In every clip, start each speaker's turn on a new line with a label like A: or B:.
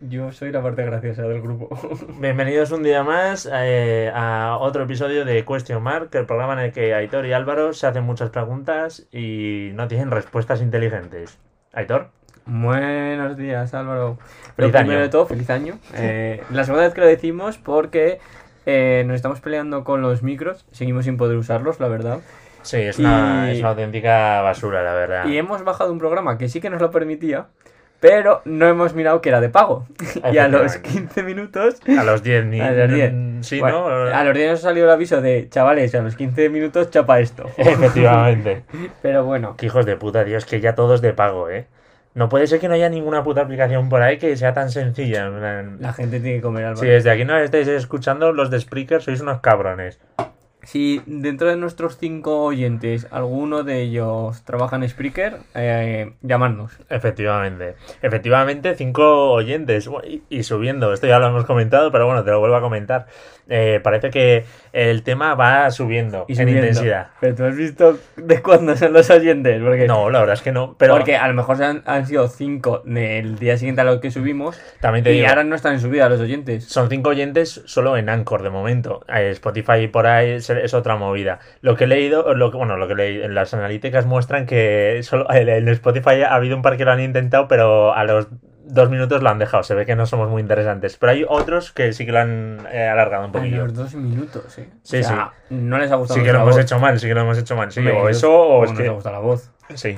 A: Yo soy la parte graciosa del grupo.
B: Bienvenidos un día más eh, a otro episodio de Question Mark, el programa en el que Aitor y Álvaro se hacen muchas preguntas y no tienen respuestas inteligentes. Aitor,
A: Buenos días, Álvaro.
B: Feliz
A: lo
B: año.
A: primero de todo, feliz año. Eh, la segunda vez que lo decimos porque eh, nos estamos peleando con los micros, seguimos sin poder usarlos, la verdad.
B: sí, es una,
A: Y-
B: es una auténtica basura, la verdad.
A: Y hemos bajado un programa que sí que nos lo permitía, pero no hemos mirado que era de pago. y a los
B: Efectivamente.
A: 15 minutos...
B: A los 10 ni... Mm,
A: A los 10.
B: Sí,
A: Bueno,
B: ¿no?
A: A los 10 nos ha salido el aviso de, chavales, a los 15 minutos chapa esto.
B: Efectivamente.
A: Pero bueno,
B: Qué hijos de puta, Dios, que ya todo es de pago, ¿eh? No puede ser que no haya ninguna puta aplicación por ahí que sea tan sencilla. en plan-
A: la gente tiene que comer, Álvaro.
B: Si desde aquí no estáis escuchando, los de Spreaker sois unos cabrones.
A: Si dentro de nuestros cinco oyentes alguno de ellos trabaja en Spreaker, eh, llamadnos.
B: Efectivamente. Efectivamente, cinco oyentes Bueno, y, y subiendo. Esto ya lo hemos comentado, pero bueno, te lo vuelvo a comentar. Eh, parece que el tema va subiendo
A: Y
B: en
A: subiendo.
B: intensidad.
A: Pero tú has visto de cuándo son los oyentes. Porque,
B: No, la verdad es que no. Pero
A: porque a lo mejor se han, han sido cinco del día siguiente a lo que subimos
B: también te
A: y
B: digo,
A: ahora no están en subida los oyentes.
B: son cinco oyentes solo en Anchor de momento. Eh, Spotify por ahí es, es otra movida. Lo que he leído, lo que, bueno, lo que he leído, las analíticas muestran que solo en, en Spotify ha habido un par que lo han intentado, pero a los dos minutos lo han dejado. Se ve que no somos muy interesantes. Pero hay otros que sí que lo han eh, alargado un
A: A
B: poquillo.
A: los dos minutos, ¿eh?
B: Sí,
A: o sea, no les ha gustado
B: Sí que
A: nuestra
B: lo hemos
A: voz.
B: hecho mal, sí que lo hemos hecho mal. Sí,
A: Hombre,
B: o
A: ellos-
B: eso o
A: bueno,
B: es
A: no les
B: que...
A: ha gustado la voz.
B: Sí,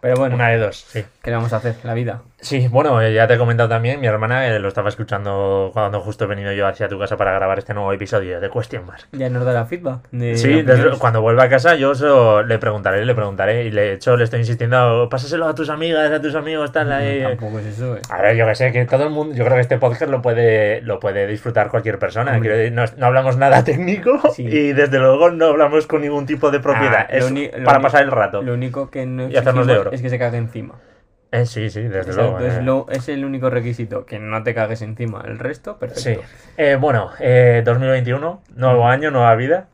A: Pero bueno,
B: una de dos, sí.
A: ¿qué le vamos a hacer? La vida.
B: Sí, bueno, eh, ya te he comentado también, mi hermana eh, lo estaba escuchando cuando justo he venido yo hacia tu casa para grabar este nuevo episodio de Question Mark.
A: Ya nos dará feedback. de
B: Sí, desde-
A: opiniones.
B: cuando vuelva a casa yo eso le preguntaré, le preguntaré y le- de hecho le estoy insistiendo, pásaselo a tus amigas, a tus amigos, tal, ahí".
A: No, Tampoco es eso, ¿eh?
B: A ver, yo que sé, que todo el mundo, yo creo que este podcast lo puede, lo puede disfrutar cualquier persona.
A: Hombre.
B: Quiero decir, no, no hablamos nada técnico
A: Sí.
B: y desde luego no hablamos con ningún tipo de
A: Ah,
B: propiedad.
A: lo
B: es
A: uni- lo
B: para
A: uni-
B: pasar el rato.
A: Lo único que no
B: Y hacernos
A: exigimos
B: de oro.
A: es que se cague encima.
B: Eh, sí, sí, desde luego.
A: Exacto,
B: eh.
A: es, lo- es el único requisito, que no te cagues encima. El resto,
B: Sí.
A: perfecto.
B: Eh, bueno, eh, 2021, nuevo año, nueva vida.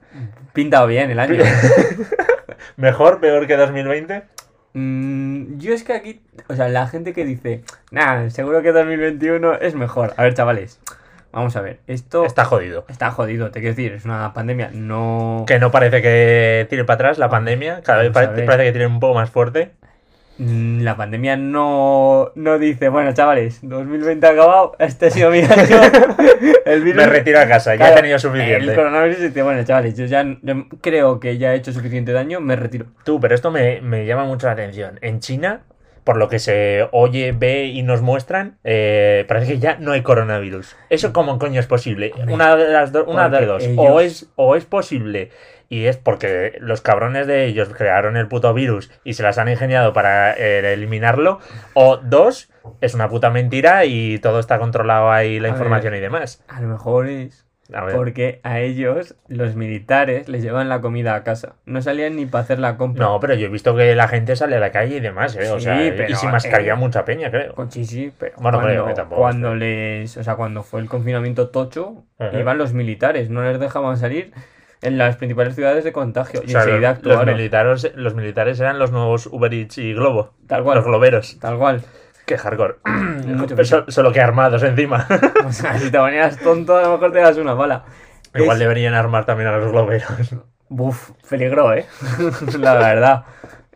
A: Pinta bien el año.
B: Mejor, peor que 2020.
A: Mm, yo es que aquí, o sea, la gente que dice, nah, seguro que 2021 es mejor. A ver, chavales, vamos a ver, esto
B: Está jodido.
A: está jodido, te quiero decir, es una pandemia, no...
B: Que no parece que tire para atrás la pandemia. Cada vez
A: Ah, Vamos a
B: pare-
A: ver.
B: parece que tire un poco más fuerte.
A: Mm, La pandemia no, no dice, bueno, chavales, 2020 ha acabado, este ha sido mi año. el virus...
B: Me retiro a casa, ya
A: Claro,
B: he tenido
A: El
B: suficiente.
A: coronavirus dice, bueno, chavales, yo ya yo creo que ya he hecho suficiente daño, me retiro.
B: Tú, pero esto me, me llama mucho la atención. En China, por lo que se oye, ve y nos muestran, eh, parece que ya no hay coronavirus. ¿Eso cómo coño es posible?
A: Mm. Hombre,
B: Una de las, do- una de
A: porque
B: dos.
A: ellos-
B: O, es, o es posible. Y es porque los cabrones de ellos crearon el puto virus y se las han ingeniado para eh, eliminarlo. O dos, es una puta mentira y todo está controlado ahí la
A: A ver.
B: información y demás.
A: A lo mejor es
B: A ver.
A: porque a ellos, los militares, les llevan la comida a casa. No salían ni para hacer la compra.
B: No, pero yo he visto que la gente sale a la calle y demás, ¿eh? o
A: Sí,
B: sea, y
A: pero,
B: sin mascarilla
A: eh,
B: mucha peña, creo.
A: Con chichi, pero
B: Bueno,
A: cuando,
B: creo que tampoco,
A: cuando les, o sea, cuando fue el confinamiento tocho,
B: Ajá.
A: iban los militares, no les dejaban salir en las principales ciudades de contagio
B: O
A: y
B: sea,
A: enseguida
B: los, los
A: actuaron.
B: militares, los militares eran los nuevos Uber Eats y Globo.
A: Tal cual.
B: Los globeros.
A: Tal cual.
B: Qué hardcore.
A: mucho
B: Pero so- solo que armados encima.
A: O sea, si te ponías tonto, a lo mejor te das una bala.
B: Igual
A: Es-
B: deberían armar también a los globeros.
A: Buf, peligro, ¿eh? la verdad.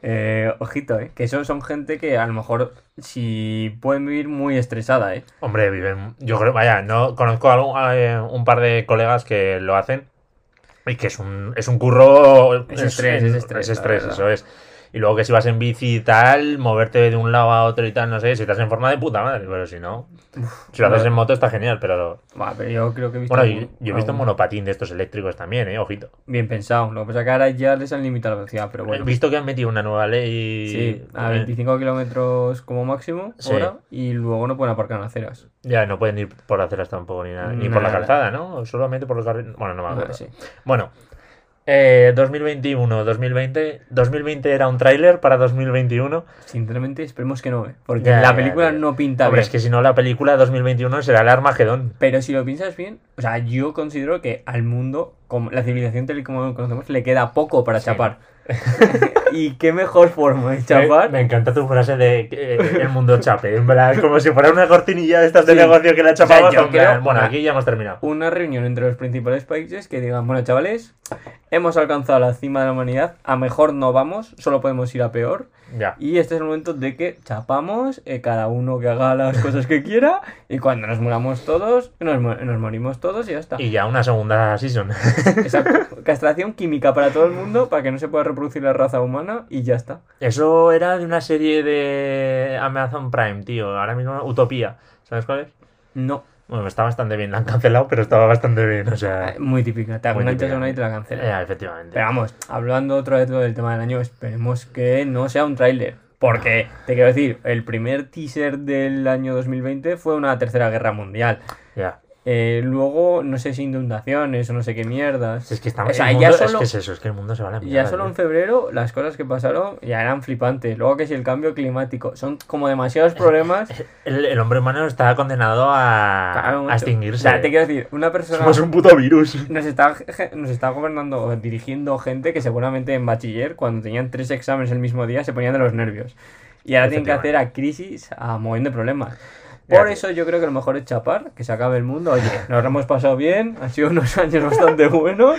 A: Eh, ojito, ¿eh? Que eso son gente que a lo mejor si pueden vivir muy estresada, ¿eh?
B: Hombre, viven. Yo creo, vaya, no conozco a algún- a, eh, un par de colegas que lo hacen. Y que es un, es un curro.
A: Es estrés, es estrés, la
B: estrés,
A: verdad.
B: eso es. Y luego que si vas en bici y tal, moverte de un lado a otro y tal, no sé, si estás en forma de puta madre, pero si no. Si lo haces en moto está genial, pero.
A: Buah, pero yo creo que he visto.
B: Bueno, yo,
A: algún-
B: yo he visto un
A: algún-
B: monopatín de estos eléctricos también, eh, ojito.
A: Bien pensado. Lo que pasa es que ahora ya les han limitado la velocidad, pero
B: He
A: bueno.
B: visto que han metido una nueva ley.
A: Sí, a
B: eh,
A: 25 kilómetros como máximo,
B: Sí.
A: hora, y luego no pueden aparcar en aceras.
B: Ya, no pueden ir por aceras tampoco ni nada. Ni por la
A: Nada.
B: calzada, ¿no? Solamente por los carriles. Bueno, no me acuerdo.
A: Ah, sí.
B: Bueno, eh, 2021, 2020. 2020 era un tráiler para 2021.
A: Sinceramente, esperemos que no, ¿eh? Porque
B: Ya,
A: la
B: ya,
A: película
B: ya.
A: no pinta
B: Hombre,
A: bien.
B: es que si no, la película 2021 será el Armagedón.
A: Pero si lo piensas bien, O sea, yo considero que al mundo, como la civilización tal y como lo conocemos, le queda poco para
B: Sí.
A: chapar. y qué mejor forma de
B: Me,
A: chapar.
B: me encanta tu frase de que eh, el mundo chape. En plan, como si fuera una cortinilla de estas de
A: Sí.
B: negocio que la Ah.
A: sea,
B: chapamos.
A: yo
B: en plan,
A: creo-
B: bueno,
A: una-
B: aquí ya hemos terminado.
A: Una reunión entre los principales países que digan, bueno, chavales, hemos alcanzado la cima de la humanidad, a mejor no vamos, solo podemos ir a peor.
B: Ya.
A: Y este es el momento de que chapamos, eh, cada uno que haga las cosas que quiera, y cuando nos muramos todos, nos, mu- nos morimos todos y ya está.
B: Y ya una segunda season.
A: Exacto. Castración química para todo el mundo, para que no se pueda reproducir la raza humana, y ya está.
B: Eso era de una serie de Amazon Prime, tío. Ahora mismo Utopía. ¿Sabes cuál es?
A: No,
B: Bueno, está bastante bien. La han cancelado, pero estaba bastante bien. O sea,
A: eh, muy típica. Te
B: Muy
A: enganchas
B: típica.
A: a una y te la cancelas.
B: eh, efectivamente.
A: Pero vamos, hablando otra vez del tema del año, esperemos que no sea un tráiler. Porque, te quiero decir, el primer teaser del año 2020 fue una tercera guerra mundial.
B: Ya.
A: Eh, luego, no sé si inundaciones o no sé qué mierdas. Eh,
B: Si Es que estamos.
A: O sea,
B: el
A: ya
B: mundo- Es
A: solo-
B: que es eso, es que el mundo se va a la mierda.
A: Ya solo
B: tío.
A: en febrero las cosas que pasaron ya eran flipantes. Luego que si el cambio climático. Son como
B: Eh,
A: demasiados problemas.
B: el, el hombre humano está condenado a,
A: Claro,
B: a
A: macho.
B: extinguirse.
A: O sea, te quiero decir, una persona
B: Somos un puto virus.
A: nos está, ge- nos está gobernando o dirigiendo gente que seguramente en bachiller, cuando tenían tres exámenes el mismo día, se ponían de los nervios. Y ahora tienen que hacer
B: Efectivamente.
A: a crisis a moviendo de problemas.
B: Ya,
A: Por
B: tío.
A: eso yo creo que lo mejor es chapar, que se acabe el mundo. Oye, nos lo hemos pasado bien, han sido unos años bastante buenos.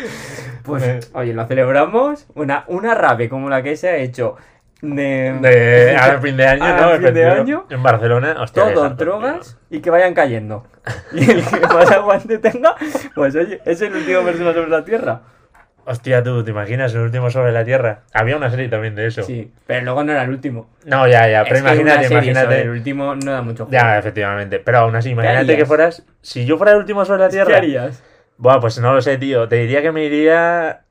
A: Pues, oye, lo celebramos. Una, una rave como la que se ha hecho de,
B: De, a fin de año,
A: A
B: ¿no?
A: fin de
B: Efectivo.
A: año.
B: En Barcelona, hostia. qué
A: todo
B: santo,
A: drogas y que vayan cayendo. Y el que más aguante tenga, pues oye, es el último persona sobre la tierra.
B: tío. Hostia, tú, ¿te imaginas el último sobre la Tierra? Había una serie también de eso.
A: Sí, pero luego no era el último.
B: No, ya, ya, pero
A: Es que
B: imagínate,
A: una serie sobre El
B: imagínate.
A: último no da mucho juego.
B: Ya, efectivamente. Pero aún así, imagínate
A: harías?
B: que fueras. Si yo fuera el último sobre la
A: ¿Qué
B: Tierra.
A: harías?
B: Buah, pues no lo sé, tío. Te diría que me iría.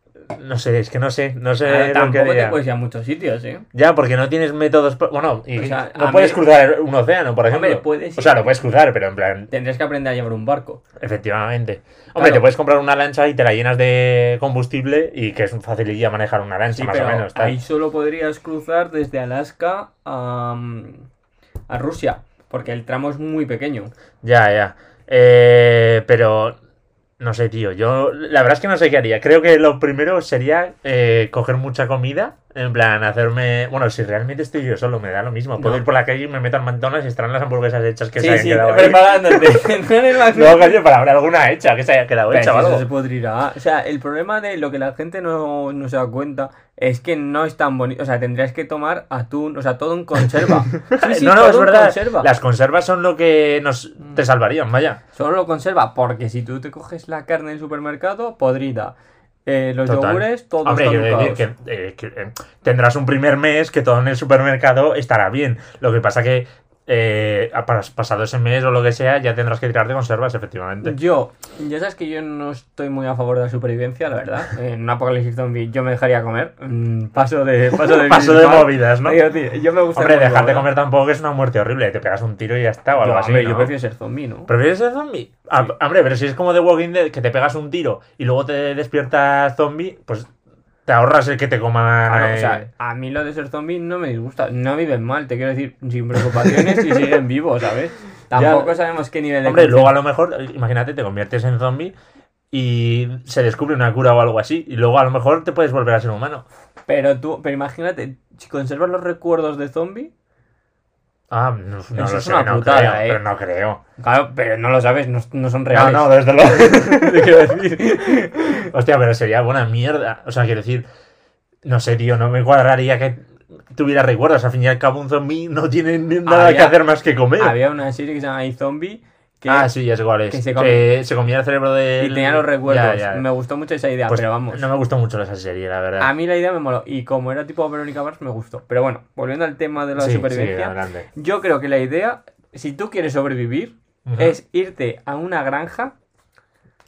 B: No sé, es que no sé. No sé
A: Ah,
B: lo que
A: tampoco te
B: haría.
A: puedes ir a muchos sitios, ¿eh?
B: Ya, porque no tienes métodos. pa- Bueno, y
A: O sea,
B: no
A: a
B: puedes
A: mí-
B: cruzar un océano, por ejemplo.
A: Hombre, puedes
B: o sea,
A: ir.
B: lo puedes cruzar, pero en plan,
A: Tendrías que aprender a llevar un barco.
B: efectivamente. Hombre,
A: Claro.
B: te puedes comprar una lancha y te la llenas de combustible y que es facilidad manejar una lancha,
A: Sí,
B: Pues más
A: pero
B: o menos. tal.
A: ahí solo podrías cruzar desde Alaska a, mm, a Rusia, porque el tramo es muy pequeño.
B: Ya, ya. Eh, pero no sé, tío. Yo la verdad es que no sé qué haría. Creo que lo primero sería eh, coger mucha comida. En plan, hacerme. Bueno, si realmente estoy yo solo, me da lo mismo. Puedo
A: No.
B: ir por la calle y me meto en McDonald's y estarán las hamburguesas hechas que se
A: sí,
B: hayan
A: sí,
B: quedado ahí.
A: preparándote. No en el máximo.
B: No, coño, para haber alguna hecha que se haya quedado
A: Pero
B: hecha
A: si
B: o
A: eso
B: algo.
A: se pudrirá. O sea, el problema de lo que la gente no, no se da cuenta es que no es tan bonito. O sea, tendrías que tomar atún, o sea, todo en conserva. Sí, sí,
B: no, no,
A: todo
B: es
A: en
B: verdad.
A: conserva.
B: Las conservas son lo que nos te salvarían, vaya.
A: Solo lo conserva, porque si tú te coges la carne del supermercado, podrida. Eh, los
B: Total.
A: yogures, todos
B: Hombre, quiero
A: caducados.
B: decir que, eh, que, eh, tendrás un primer mes que todo en el supermercado estará bien. Lo que pasa que eh, a- pas- pasado ese mes o lo que sea, ya tendrás que tirar de conservas, efectivamente.
A: Yo, ya sabes que yo no estoy muy a favor de la supervivencia, la verdad. En un apocalipsis zombie yo me dejaría comer. Mm, paso de paso de,
B: Paso de
A: vivir mal.
B: movidas, ¿no?
A: Oye, tío, yo me gusta
B: Hombre,
A: el mundo,
B: dejar de
A: ¿no?
B: comer tampoco es una muerte horrible. Te pegas un tiro y ya está o
A: Yo,
B: algo así.
A: hombre, yo
B: ¿no?
A: prefiero ser zombie, ¿no?
B: ¿Prefieres ser zombie? Ah, hombre, pero si es como The Walking Dead, que te pegas un tiro y luego te despiertas zombie, pues te ahorras el que te coman.
A: Ah, no,
B: eh,
A: o sea, a mí lo de ser zombie no me disgusta. No viven mal, te quiero decir, sin preocupaciones y siguen vivos, ¿sabes? Tampoco sabemos qué nivel de.
B: Hombre, luego a
A: conciencia-
B: lo mejor, eh, imagínate, te conviertes en zombie y se descubre una cura o algo así, y luego a lo mejor te puedes volver a ser humano.
A: Pero tú, pero imagínate, si conservas los recuerdos de zombie.
B: Ah, no, no
A: Eso
B: lo
A: es
B: sé,
A: una
B: no
A: putada,
B: creo,
A: ¿eh?
B: pero no creo.
A: Claro, pero no lo sabes, no, no son
B: No,
A: reales.
B: no, desde luego.
A: te quiero decir.
B: Hostia, pero sería buena mierda. O sea, quiero decir, no sé, tío, no me cuadraría que tuviera recuerdos. Al fin y al cabo, un zombie no tiene ni- nada
A: Había-
B: que hacer más que comer.
A: Había una serie que se llama iZombie que
B: Ah, sí, ya sé cuál es.
A: que
B: Que
A: se
B: se,
A: come-
B: comía el cerebro de.
A: y tenía los recuerdos. Me gustó mucho esa idea, pero vamos.
B: Pues No me gustó mucho esa serie, la verdad.
A: A mí la idea me moló. Y como era tipo Verónica Mars, me gustó. Pero bueno, volviendo al tema de la
B: Sí, sí,
A: supervivencia.
B: adelante.
A: Yo creo que la idea, si tú quieres sobrevivir,
B: Ujú.
A: es irte a una granja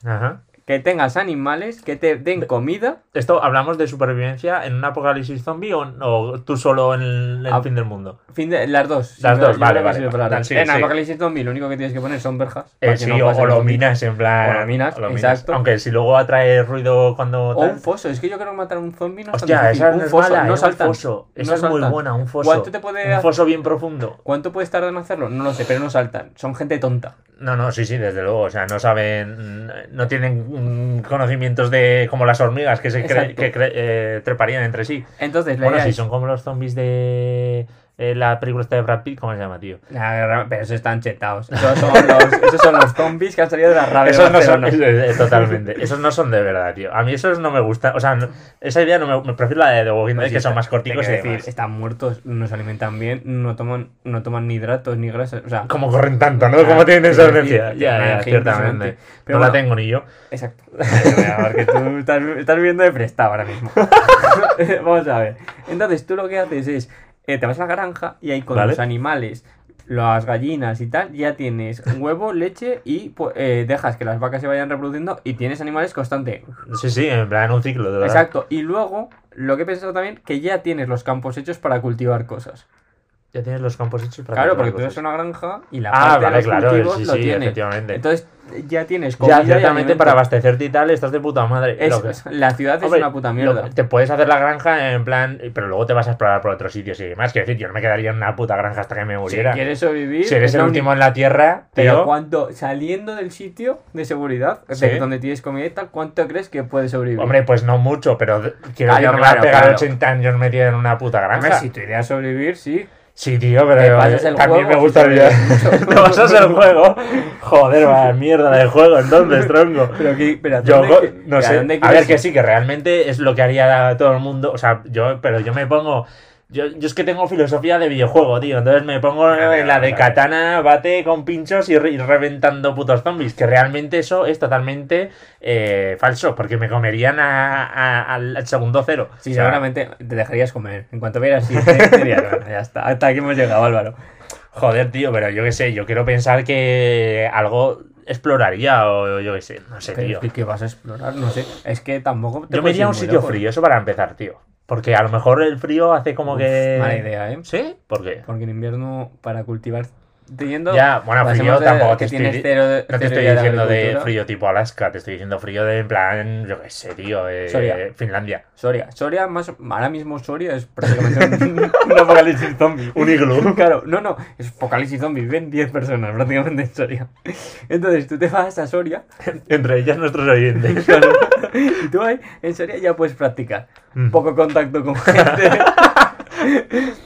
B: Ajá.
A: que tengas animales, que te den comida.
B: ¿Esto hablamos de supervivencia en un apocalipsis zombie o, o tú solo en el, el
A: Ah,
B: fin del mundo?
A: Fin de, las dos.
B: Las
A: Yo-
B: dos,
A: yo
B: vale,
A: creo que
B: vale,
A: sirve
B: vale.
A: para las
B: Ah,
A: dos.
B: sí,
A: en
B: sí.
A: Apocalipsis Zombie lo único que tienes que poner son verjas.
B: Eh,
A: para que
B: sí,
A: no
B: o,
A: pasen
B: o lo
A: los zombies.
B: minas, en plan.
A: O lo minas,
B: lo
A: exacto.
B: Aunque si luego atrae ruido cuando.
A: O
B: tal-
A: un foso. Es que yo creo que matar a un zombie no es tan
B: Hostia,
A: difícil.
B: esa
A: un
B: no es
A: foso,
B: mala,
A: no
B: eh,
A: saltan.
B: un foso. Esa
A: No
B: es muy
A: saltan.
B: buena, un foso.
A: ¿Cuánto te puede
B: Un foso bien profundo.
A: ¿Cuánto puedes tardar en hacerlo? No lo sé, pero no saltan. Son gente tonta.
B: No, no, sí, sí, desde luego. O sea, no saben, no tienen mm, conocimientos de como las hormigas que se cre-
A: Exacto.
B: que cre- eh, treparían entre sí.
A: Entonces, la
B: Bueno,
A: idea
B: sí,
A: es-
B: son como los zombies de eh, la película esta de Brad Pitt, ¿cómo se llama, tío?
A: Ah, Pero esos están chetados. Esos son los, esos son los zombies que han salido de la rabia de
B: Esos no son,
A: Barcelona.
B: eh, eh, totalmente. Esos no son de verdad, tío. A mí esos no me gustan. O sea, no- esa idea no me, me prefiero la de The Walking Dead,
A: Pues
B: que son
A: está-
B: más corticos
A: Es
B: y
A: decir,
B: demás.
A: están muertos, no se alimentan bien, no toman, no toman ni hidratos ni grasas. O sea,
B: Como corren tanto, ¿no?
A: Ah, Ya,
B: Como tienen esa
A: quiero
B: urgencia.
A: decir,
B: Ya,
A: una
B: ya,
A: energía
B: ciertamente.
A: impresionante.
B: No
A: Pero
B: la
A: bueno,
B: tengo ni yo.
A: Exacto. Porque tú estás, estás viendo de prestado ahora mismo. Vamos a ver. Entonces, tú lo que haces es, eh, te vas a la granja y ahí con
B: Vale.
A: los animales, las gallinas y tal, ya tienes huevo, leche y pues, eh, dejas que las vacas se vayan reproduciendo y tienes animales constante.
B: Sí, sí, en plan un ciclo, de verdad.
A: Exacto. Y luego, lo que he pensado también, que ya tienes los campos hechos para cultivar cosas.
B: Ya tienes los campos hechos para
A: Claro,
B: cultivar
A: porque tú eres
B: cosas.
A: una granja y la
B: Ah,
A: parte
B: vale,
A: de los
B: claro,
A: cultivos
B: sí,
A: lo
B: sí,
A: tiene.
B: efectivamente.
A: Entonces ya tienes comida
B: ya,
A: y
B: ciertamente para
A: alimento.
B: abastecerte y tal, estás de puta madre.
A: Eso
B: Lo que-
A: es, La ciudad
B: Hombre,
A: es una puta
B: lo-
A: mierda.
B: te puedes hacer la granja en plan, pero luego te vas a explorar por otros sitios y demás. Quiero decir, yo no me quedaría en una puta granja hasta que me
A: Si
B: muriera.
A: quieres sobrevivir,
B: Si eres
A: es
B: el
A: la
B: último
A: única-
B: en la tierra,
A: Pero
B: tío,
A: cuando saliendo del sitio de seguridad, de
B: Sí.
A: donde tienes comida y tal, ¿cuánto crees que puedes sobrevivir?
B: hombre, pues no mucho, pero d-
A: Claro,
B: quiero decir, no me
A: claro,
B: voy a pegar
A: claro.
B: 80 años metido en una puta granja.
A: Hombre, si tu idea es sobrevivir, sí.
B: Sí, tío,
A: Te
B: pero
A: pasas el
B: también
A: juego,
B: me gustaría.
A: sí, sí.
B: Te pasas el juego. Joder, vaya mierda de juego, entonces, tronco.
A: Pero, que, pero ¿a
B: Yo
A: dónde
B: go-
A: que-
B: no
A: ¿a
B: sé.
A: dónde
B: A
A: quieres
B: ver, que
A: ir?
B: sí, que realmente es lo que haría todo el mundo. O sea, yo, pero yo me pongo. Yo, yo es que tengo filosofía de videojuego, tío. Entonces me pongo
A: Vale,
B: en la de
A: vale.
B: katana, bate con pinchos y, re- y reventando putos zombies. Que realmente eso es totalmente eh, falso, porque me comerían a- a- al, al segundo cero.
A: Sí,
B: O sea,
A: seguramente te dejarías comer. En cuanto vieras, sí, te dirías, bueno, ya está. Hasta aquí hemos llegado, Álvaro.
B: Joder, tío, pero yo qué sé, yo quiero pensar que algo exploraría o yo qué sé, no sé,
A: Pero
B: tío.
A: es que, ¿qué vas a explorar? No sé. Es que tampoco te
B: Yo me
A: puedes
B: iría a
A: ir
B: un
A: muy
B: sitio
A: lejos.
B: frío, eso para empezar, tío. Porque a lo mejor el frío hace como
A: Uf,
B: que.
A: Mala idea, ¿eh?
B: ¿Sí? ¿Por qué?
A: Porque en invierno, para cultivar, teniendo.
B: ya, bueno, frío
A: pasemos de-
B: tampoco te
A: que
B: estoy,
A: tienes cero de-
B: no te
A: cero
B: estoy
A: idea de
B: diciendo de
A: agricultura.
B: frío tipo Alaska, te estoy diciendo frío de en plan, yo qué sé, tío, eh,
A: Soria.
B: Finlandia.
A: Soria. Soria, más, ahora mismo Soria es prácticamente un, un apocalipsis zombie.
B: Un iglú.
A: Claro, no, no, es apocalipsis zombie. Ven 10 personas prácticamente en Soria. Entonces tú te vas a Soria
B: Entre ellas nuestros oyentes.
A: y tú ahí en Soria ya puedes practicar.
B: Mm.
A: Poco contacto con gente.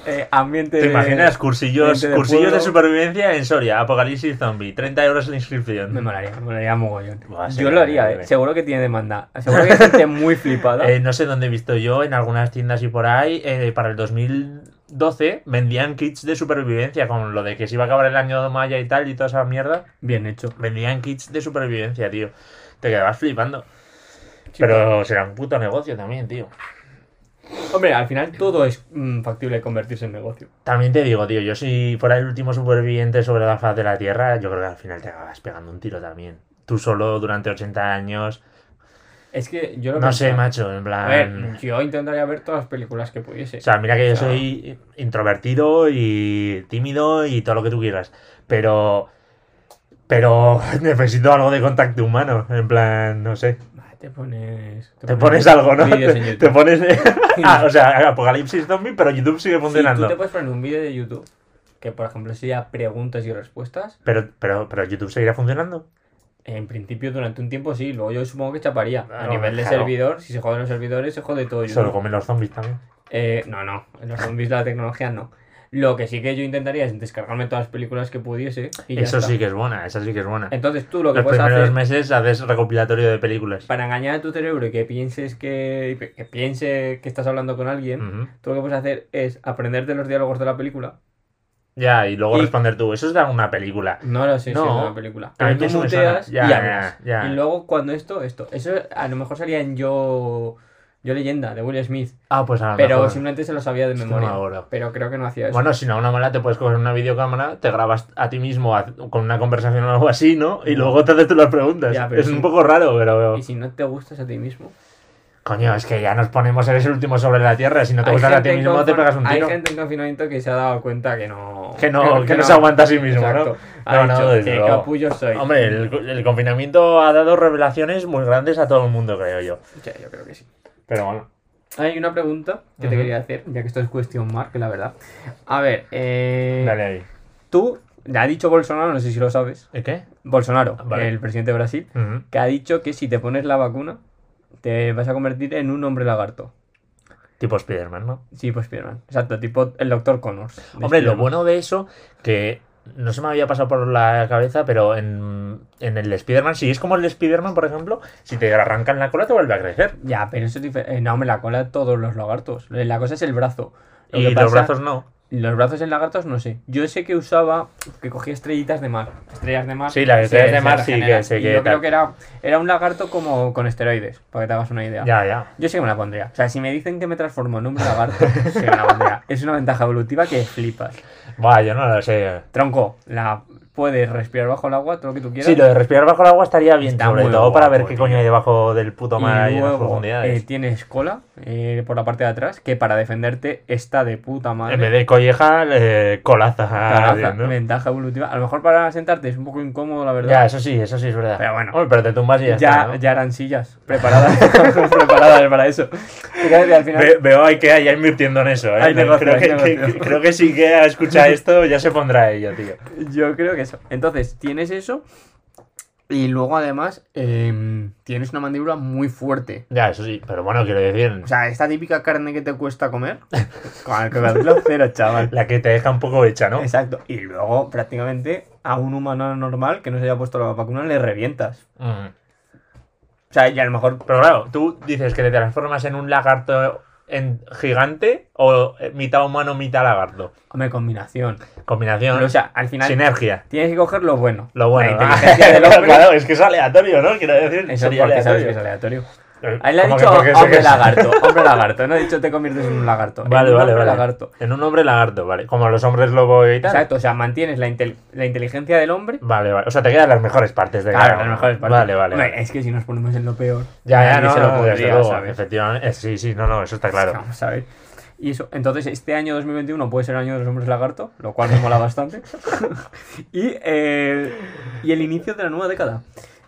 A: Eh, ambiente.
B: ¿Te
A: de-
B: imaginas cursillos,
A: gente de
B: cursillos de,
A: pueblo.
B: supervivencia en Soria? Apocalipsis zombie, 30 euros la inscripción.
A: Me molaría, me molaría mogollón.
B: Buah,
A: Yo
B: sería
A: lo haría,
B: increíble.
A: eh. seguro que tiene demanda. Seguro que hay gente muy flipada.
B: Eh, no sé dónde he visto yo, en algunas tiendas y por ahí, eh, para el 2012 vendían kits de supervivencia, con lo de que se iba a acabar el año Maya y tal y toda esa mierda.
A: Bien hecho.
B: Vendían kits de supervivencia, tío. Te quedabas flipando. Pero será un puto negocio también, tío.
A: Hombre, al final todo es mm, factible convertirse en negocio.
B: También te digo, tío, yo si fuera el último superviviente sobre la faz de la Tierra, yo creo que al final te acabas pegando un tiro también. Tú solo durante 80 años.
A: Es que yo lo
B: No sé,
A: pensaba.
B: macho, en plan...
A: A ver, yo intentaría ver todas las películas que pudiese.
B: O sea, mira que yo
A: O sea-
B: soy introvertido y tímido y todo lo que tú quieras. Pero. Pero necesito algo de contacto humano. En plan, no sé.
A: Vale, te pones.
B: Te pones algo, ¿no?
A: vídeos en
B: Te,
A: YouTube.
B: te pones. ah, o sea, apocalipsis zombie, pero YouTube sigue
A: Sí, tú
B: funcionando.
A: te puedes poner un vídeo de YouTube que, por ejemplo, sea preguntas y respuestas.
B: Pero, pero, pero YouTube seguirá funcionando.
A: En principio, durante un tiempo sí. Luego yo supongo que chaparía.
B: Claro,
A: a nivel de
B: claro.
A: servidor, si se joden los servidores, se jode todo
B: Se lo
A: YouTube.
B: comen los zombies también.
A: Eh, no, no. En los zombies de la tecnología no. Lo que sí que yo intentaría es descargarme todas las películas que pudiese. Y ya
B: Eso
A: está.
B: sí que es buena, esa sí que es buena.
A: Entonces tú lo que
B: los
A: puedes
B: primeros
A: hacer
B: meses haces recopilatorio de películas.
A: para engañar a tu cerebro y que pienses que, que piense que estás hablando con alguien,
B: Ujú.
A: tú lo que puedes hacer es aprender de los diálogos de la película.
B: Ya, y luego
A: Y-
B: responder tú. Eso es de alguna película.
A: No lo sé si
B: No.
A: es de la película.
B: A mí
A: Pero
B: me
A: tú
B: suena-
A: muteas
B: ya,
A: y hablas.
B: ya, ya.
A: Y luego cuando esto, esto. Eso a lo mejor salía en Yo Yo Leyenda de Will Smith.
B: Ah, pues a lo
A: Pero
B: mejor.
A: simplemente se lo sabía de
B: Es que no me
A: memoria.
B: acuerdo.
A: pero creo que no hacía eso.
B: Bueno, si no, una mala te puedes coger una videocámara, te grabas a ti mismo haz- con una conversación o algo así, ¿no? Y luego te haces tú las preguntas.
A: Ya, pero
B: es
A: sí.
B: un poco raro, pero...
A: y si no te gustas a ti mismo.
B: Coño, es que ya nos ponemos, eres el último sobre la tierra. Si no te
A: Hay
B: gustas a
A: gente
B: ti
A: en
B: mismo, te
A: confin-
B: pegas un tiro.
A: Hay gente en confinamiento que se ha dado cuenta que no.
B: Que no, que, no se aguanta a sí mismo,
A: Exacto.
B: ¿no?
A: Ha
B: No,
A: dicho,
B: no, desde
A: "Qué
B: luego.
A: capullo soy.
B: Hombre, el, el confinamiento ha dado revelaciones muy grandes a todo el mundo, creo yo.
A: Ya, yo creo que sí.
B: Pero bueno.
A: Hay una pregunta que te
B: Ujú.
A: quería hacer, ya que esto es cuestión mark, la verdad. A ver, eh,
B: Dale ahí.
A: tú ha dicho Bolsonaro, no sé si lo sabes.
B: ¿El qué?
A: Bolsonaro,
B: Ah, vale.
A: el presidente de Brasil,
B: Ujú.
A: que ha dicho que si te pones la vacuna, te vas a convertir en un hombre lagarto.
B: Tipo Spider-Man, ¿no?
A: Sí, pues Spiderman. Exacto, tipo el Doctor Connors. de
B: Hombre, lo
A: Spiderman.
B: bueno de eso, que no se me había pasado por la cabeza, pero en, en el Spider-Man, si es como el Spider-Man, por ejemplo, si te arrancan la cola te vuelve a crecer.
A: Ya, pero eso es diferente. no, hombre, la cola todos los lagartos. La cosa es el brazo. Lo
B: y
A: que
B: los
A: pasa-
B: brazos no.
A: Los brazos en lagartos no sé. Yo sé que usaba, que cogía estrellitas de mar. Estrellas de mar.
B: Sí, las estrellas de mar
A: se
B: sí que-
A: regeneran.
B: sí
A: Y
B: que
A: yo creo
B: tal.
A: que era, era un lagarto como con esteroides, para que te hagas una idea.
B: Ya, ya.
A: Yo sí que me la pondría. O sea, si me dicen que me transformo en un lagarto, sí que me la pondría. Es una ventaja evolutiva que flipas.
B: Buah, yo no lo sé.
A: Tronco, la puedes respirar bajo el agua, todo lo que tú quieras.
B: Sí, lo de respirar bajo el agua estaría bien,
A: Está
B: sobre
A: muy
B: todo para
A: guapo,
B: ver qué
A: tío.
B: coño hay debajo del puto mar ahí
A: y
B: en las
A: luego eh,
B: profundidades.
A: tienes cola eh, por la parte de atrás, que para defenderte está de puta madre.
B: en vez de colleja, eh, colaza.
A: Caraza,
B: ¿no?
A: Ventaja evolutiva. A lo mejor para sentarte es un poco incómodo, la
B: Ya,
A: verdad.
B: eso sí, eso sí es verdad.
A: Pero bueno.
B: Hombre, pero te tumbas y ya,
A: Ya,
B: está, ¿no?
A: ya eran sillas preparadas, preparadas para eso. Fíjate que al final,
B: Ve- veo a Ikea ya invirtiendo en eso, ¿eh?
A: Hay negocio,
B: creo,
A: hay
B: que, que-
A: negocio.
B: creo que si Ikea escucha esto ya se pondrá a ello, tío.
A: yo creo que eso. Entonces, tienes eso. Y luego, además, em, tienes una mandíbula muy fuerte.
B: Ya, eso sí, pero bueno, quiero decir,
A: O sea, esta típica carne que te cuesta comer. Con el Coca-Cola cero, chaval.
B: la que te deja un poco hecha, ¿no?
A: Exacto. Y luego, prácticamente, a un humano normal que no se haya puesto la vacuna le revientas.
B: Mm.
A: O sea, y a lo mejor
B: Pero claro, tú dices que te transformas en un lagarto en gigante o eh, mitad humano, mitad lagarto.
A: Hombre, combinación.
B: Combinación,
A: Pero, o sea, al final
B: sinergia.
A: tienes que coger lo bueno.
B: e- Lo
A: La
B: bueno.
A: inteligencia del hombre.
B: claro, es que es aleatorio, ¿no? Quiero decir,
A: Eso
B: sería
A: porque sabes que es
B: aleatorio.
A: aleatorio.
B: Eh,
A: Ahí le ha
B: ¿cómo
A: dicho
B: que porque sé que
A: hombre
B: es?
A: lagarto, hombre lagarto. No ha dicho te conviertes en un lagarto. en
B: Vale,
A: un
B: vale,
A: hombre
B: vale.
A: lagarto.
B: En un hombre lagarto, vale. Como los hombres lobo y tal.
A: Exacto, o sea, mantienes la, intel- la inteligencia del hombre.
B: Vale, vale. O sea, te quedan las mejores partes de
A: Claro,
B: cada
A: las
B: uno.
A: mejores partes.
B: Vale, vale.
A: Hombre,
B: vale.
A: Es que si nos ponemos en lo peor.
B: Ya, ya,
A: nadie
B: no,
A: se lo
B: no,
A: podría,
B: desde luego,
A: ¿sabes?
B: efectivamente. Eh, Sí, sí, no, no, eso está claro.
A: Vamos a ver. Y eso, entonces este año 2021 puede ser el año de los hombres lagarto, lo cual me mola bastante. y, eh, y el inicio de la nueva década.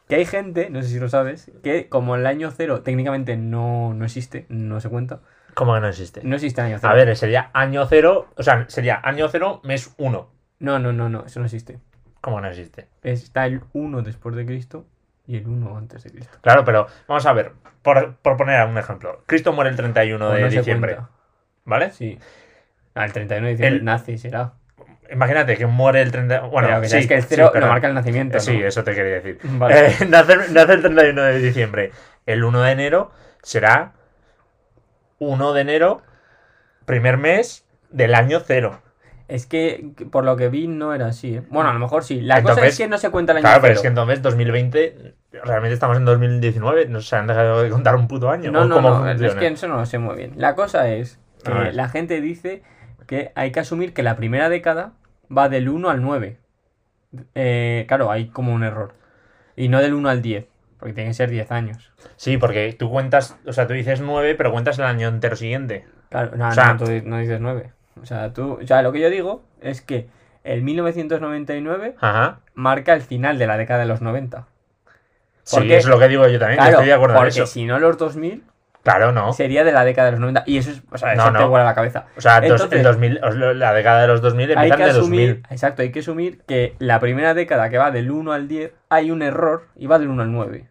A: Que hay gente, no sé si lo sabes, que como el año cero técnicamente no, no existe, no se cuenta,
B: ¿Cómo que no existe?
A: no existe año cero.
B: A ver, sería año cero, o sea, sería año cero mes uno.
A: No, no, no, no, eso no existe.
B: ¿Cómo no existe?
A: Está el 1 después de Cristo y el 1 antes de Cristo.
B: Claro, pero vamos a ver, por, por poner un ejemplo. Cristo muere el 31
A: O
B: de
A: no se
B: diciembre,
A: cuenta.
B: ¿vale?
A: Sí. Ah, el 31 de diciembre
B: El-
A: nazi será.
B: Imagínate que muere el 31... Bueno,
A: Pero que
B: sí,
A: sabes que el
B: sí,
A: 0 lo
B: perdón.
A: marca el nacimiento.
B: Eh, Sí,
A: ¿no?
B: eso te quería decir.
A: Vale.
B: Eh, nace, nace el 31 de diciembre. El 1 de enero será 1 de enero, primer mes del año cero.
A: Es que que por lo que vi no era así, ¿eh? Bueno, a lo mejor sí. La cosa
B: Entonces-
A: es que no se cuenta el año
B: Claro, pero
A: cero.
B: es que entonces 2020, realmente estamos en 2019, no se han dejado de contar un puto año.
A: No,
B: ¿o
A: no,
B: cómo
A: no,
B: funciona?
A: es que eso no lo sé muy bien. La cosa es
B: A
A: que
B: ver.
A: la gente dice que hay que asumir que la primera década va del 1 al 9. Eh, claro, hay como un error. Y no del 1 al 10, porque tienen que ser 10 años.
B: Sí, porque tú cuentas, o sea, tú dices 9, pero cuentas el año entero siguiente.
A: Claro, no,
B: O sea-
A: no, tú di- no dices 9. O sea, tú, o sea, lo que yo digo es que el 1999
B: Ajá.
A: marca el final de la década de los 90.
B: Sí,
A: Porque-
B: es lo que digo Eh, yo también, que
A: Claro,
B: estoy de acuerdo en
A: porque
B: eso.
A: si no los 2000
B: Claro, no.
A: sería de la década de los 90. Y eso es, o sea, eso
B: No,
A: te
B: no.
A: vuela la cabeza.
B: O sea, dos-
A: Entonces-
B: el 2000, os lo- la década de los 2000
A: Hay
B: empieza
A: que
B: en el
A: asumir,
B: 2000.
A: exacto, hay que asumir que la primera década que va del 1 al 10 hay un error y va del 1 al 9.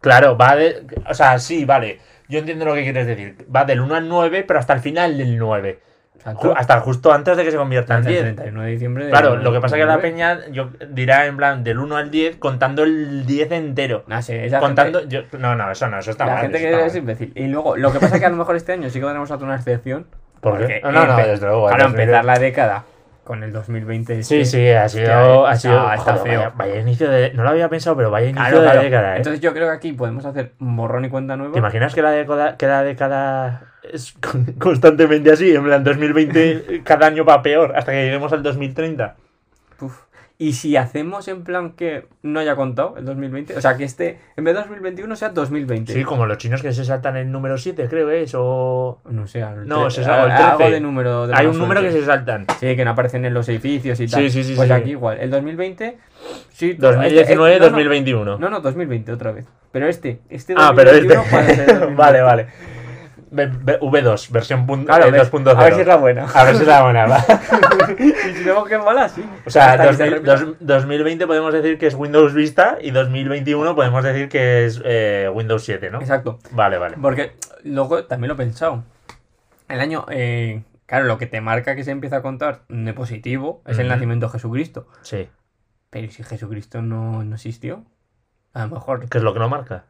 B: Claro, va de. O sea, sí, vale. Yo entiendo lo que quieres decir. Va del 1 al 9, pero hasta el final del 9.
A: Exacto.
B: Hasta justo antes de que se convierta en
A: Hasta el
B: 10.
A: 31 de diciembre. del
B: Claro,
A: 1
B: lo que
A: al
B: pasa es que la
A: 9.
B: peña yo dirá en plan del 1 al 10 contando el 10 entero.
A: No sé, esa
B: contando.
A: gente,
B: yo- no, no, eso no, eso está
A: la
B: mal.
A: gente
B: eso
A: que
B: está
A: es
B: mal.
A: imbécil. Y luego, lo que pasa es que a lo mejor este año sí que tenemos una excepción.
B: ¿Por qué?
A: porque
B: No, no, no,
A: empe-
B: desde luego.
A: Claro,
B: desde
A: empezar
B: luego.
A: la década con el 2020.
B: Sí,
A: este,
B: sí, ha sido.
A: Hostia,
B: Ha sido
A: está- está
B: joder,
A: feo.
B: Vaya, vaya inicio de. No lo había pensado, pero vaya inicio
A: Claro,
B: de
A: claro.
B: década, ¿eh?
A: Entonces yo creo que aquí podemos hacer un borrón y cuenta nueva.
B: ¿Te imaginas que la década, que la década es con- constantemente así? En plan, 2020 cada año va peor hasta que lleguemos al 2030.
A: Puf. Y si hacemos en plan que no haya contado el 2020, o sea, que este, en vez de 2021 sea 2020.
B: Sí, como los chinos que se saltan el número 7, creo ¿eh? que es. O...
A: No sé, al
B: No,
A: tre-
B: se sabe, el
A: al- algo
B: 13.
A: de número. de
B: Hay
A: mala
B: un número que
A: suerte.
B: se saltan.
A: Sí, que no aparecen en los edificios y
B: Sí,
A: tal.
B: sí, sí,
A: Pues
B: sí.
A: aquí igual. El 2020. Sí, este-
B: 2019,
A: este- no, no.
B: 2021.
A: No, no, 2020 otra vez. Pero este, este
B: ah, pero
A: 2021 puede ser
B: este.
A: 2020.
B: vale, vale. Ve- ve- V2, versión pun-
A: Claro,
B: eh,
A: ves,
B: 2.0.
A: a ver si es la buena.
B: A ver si es la buena, va.
A: y si vemos que es mala, sí.
B: O sea,
A: Hasta que se
B: 2000
A: repita.
B: dos- 2020 podemos decir que es Windows Vista y 2021 podemos decir que es eh, Windows 7, ¿no?
A: Exacto.
B: Vale, vale.
A: Porque luego también lo he pensado. El año, eh, claro, lo que te marca que se empieza a contar de positivo es el
B: Ujú.
A: nacimiento de Jesucristo.
B: Sí.
A: Pero ¿y si Jesucristo no, no existió, a lo mejor,
B: ¿Qué es lo que no marca?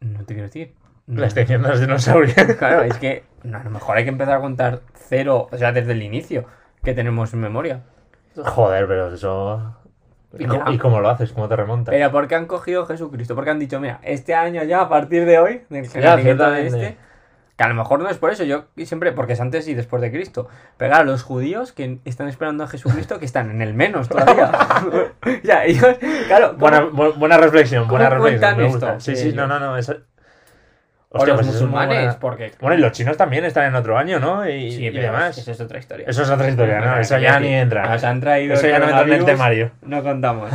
A: no te quiero decir. No.
B: La extinción de los dinosaurios.
A: Mm. Claro, es que no, a lo mejor hay que empezar a contar cero, o sea, desde el inicio, que tenemos en memoria.
B: Joder, pero eso. ¿Y,
A: Ya.
B: cómo- y cómo lo haces? ¿Cómo te remontas?
A: Pero ¿por qué han cogido Jesucristo? Porque han dicho, mira, este año ya, a partir de hoy, del
B: Ya,
A: nacimiento de
B: ciertamente.
A: este, que a lo mejor no es por eso, yo siempre, porque es antes y después de Cristo. Pero claro, los judíos que están esperando a Jesucristo, que están en el menos todavía. ya, ellos, claro, ¿cómo?
B: Buena, bu- buena reflexión,
A: ¿Cómo
B: buena reflexión.
A: cuentan
B: Me gusta.
A: esto?
B: Sí, sí,
A: Ellos.
B: no, no, no. eso-
A: o
B: Hostia,
A: los
B: pues eso es muy
A: musulmanes,
B: buena-
A: porque...
B: Bueno, y los chinos también están en otro año, ¿no? Y,
A: Sí,
B: y
A: pero
B: demás.
A: Eso es otra historia.
B: Eso es otra historia, ¿no?
A: Bueno,
B: Eso
A: quiero
B: ya
A: decir,
B: ni entra.
A: Nos han traído
B: Eso
A: el
B: ya no entra en el
A: coronavirus,
B: temario.
A: No contamos.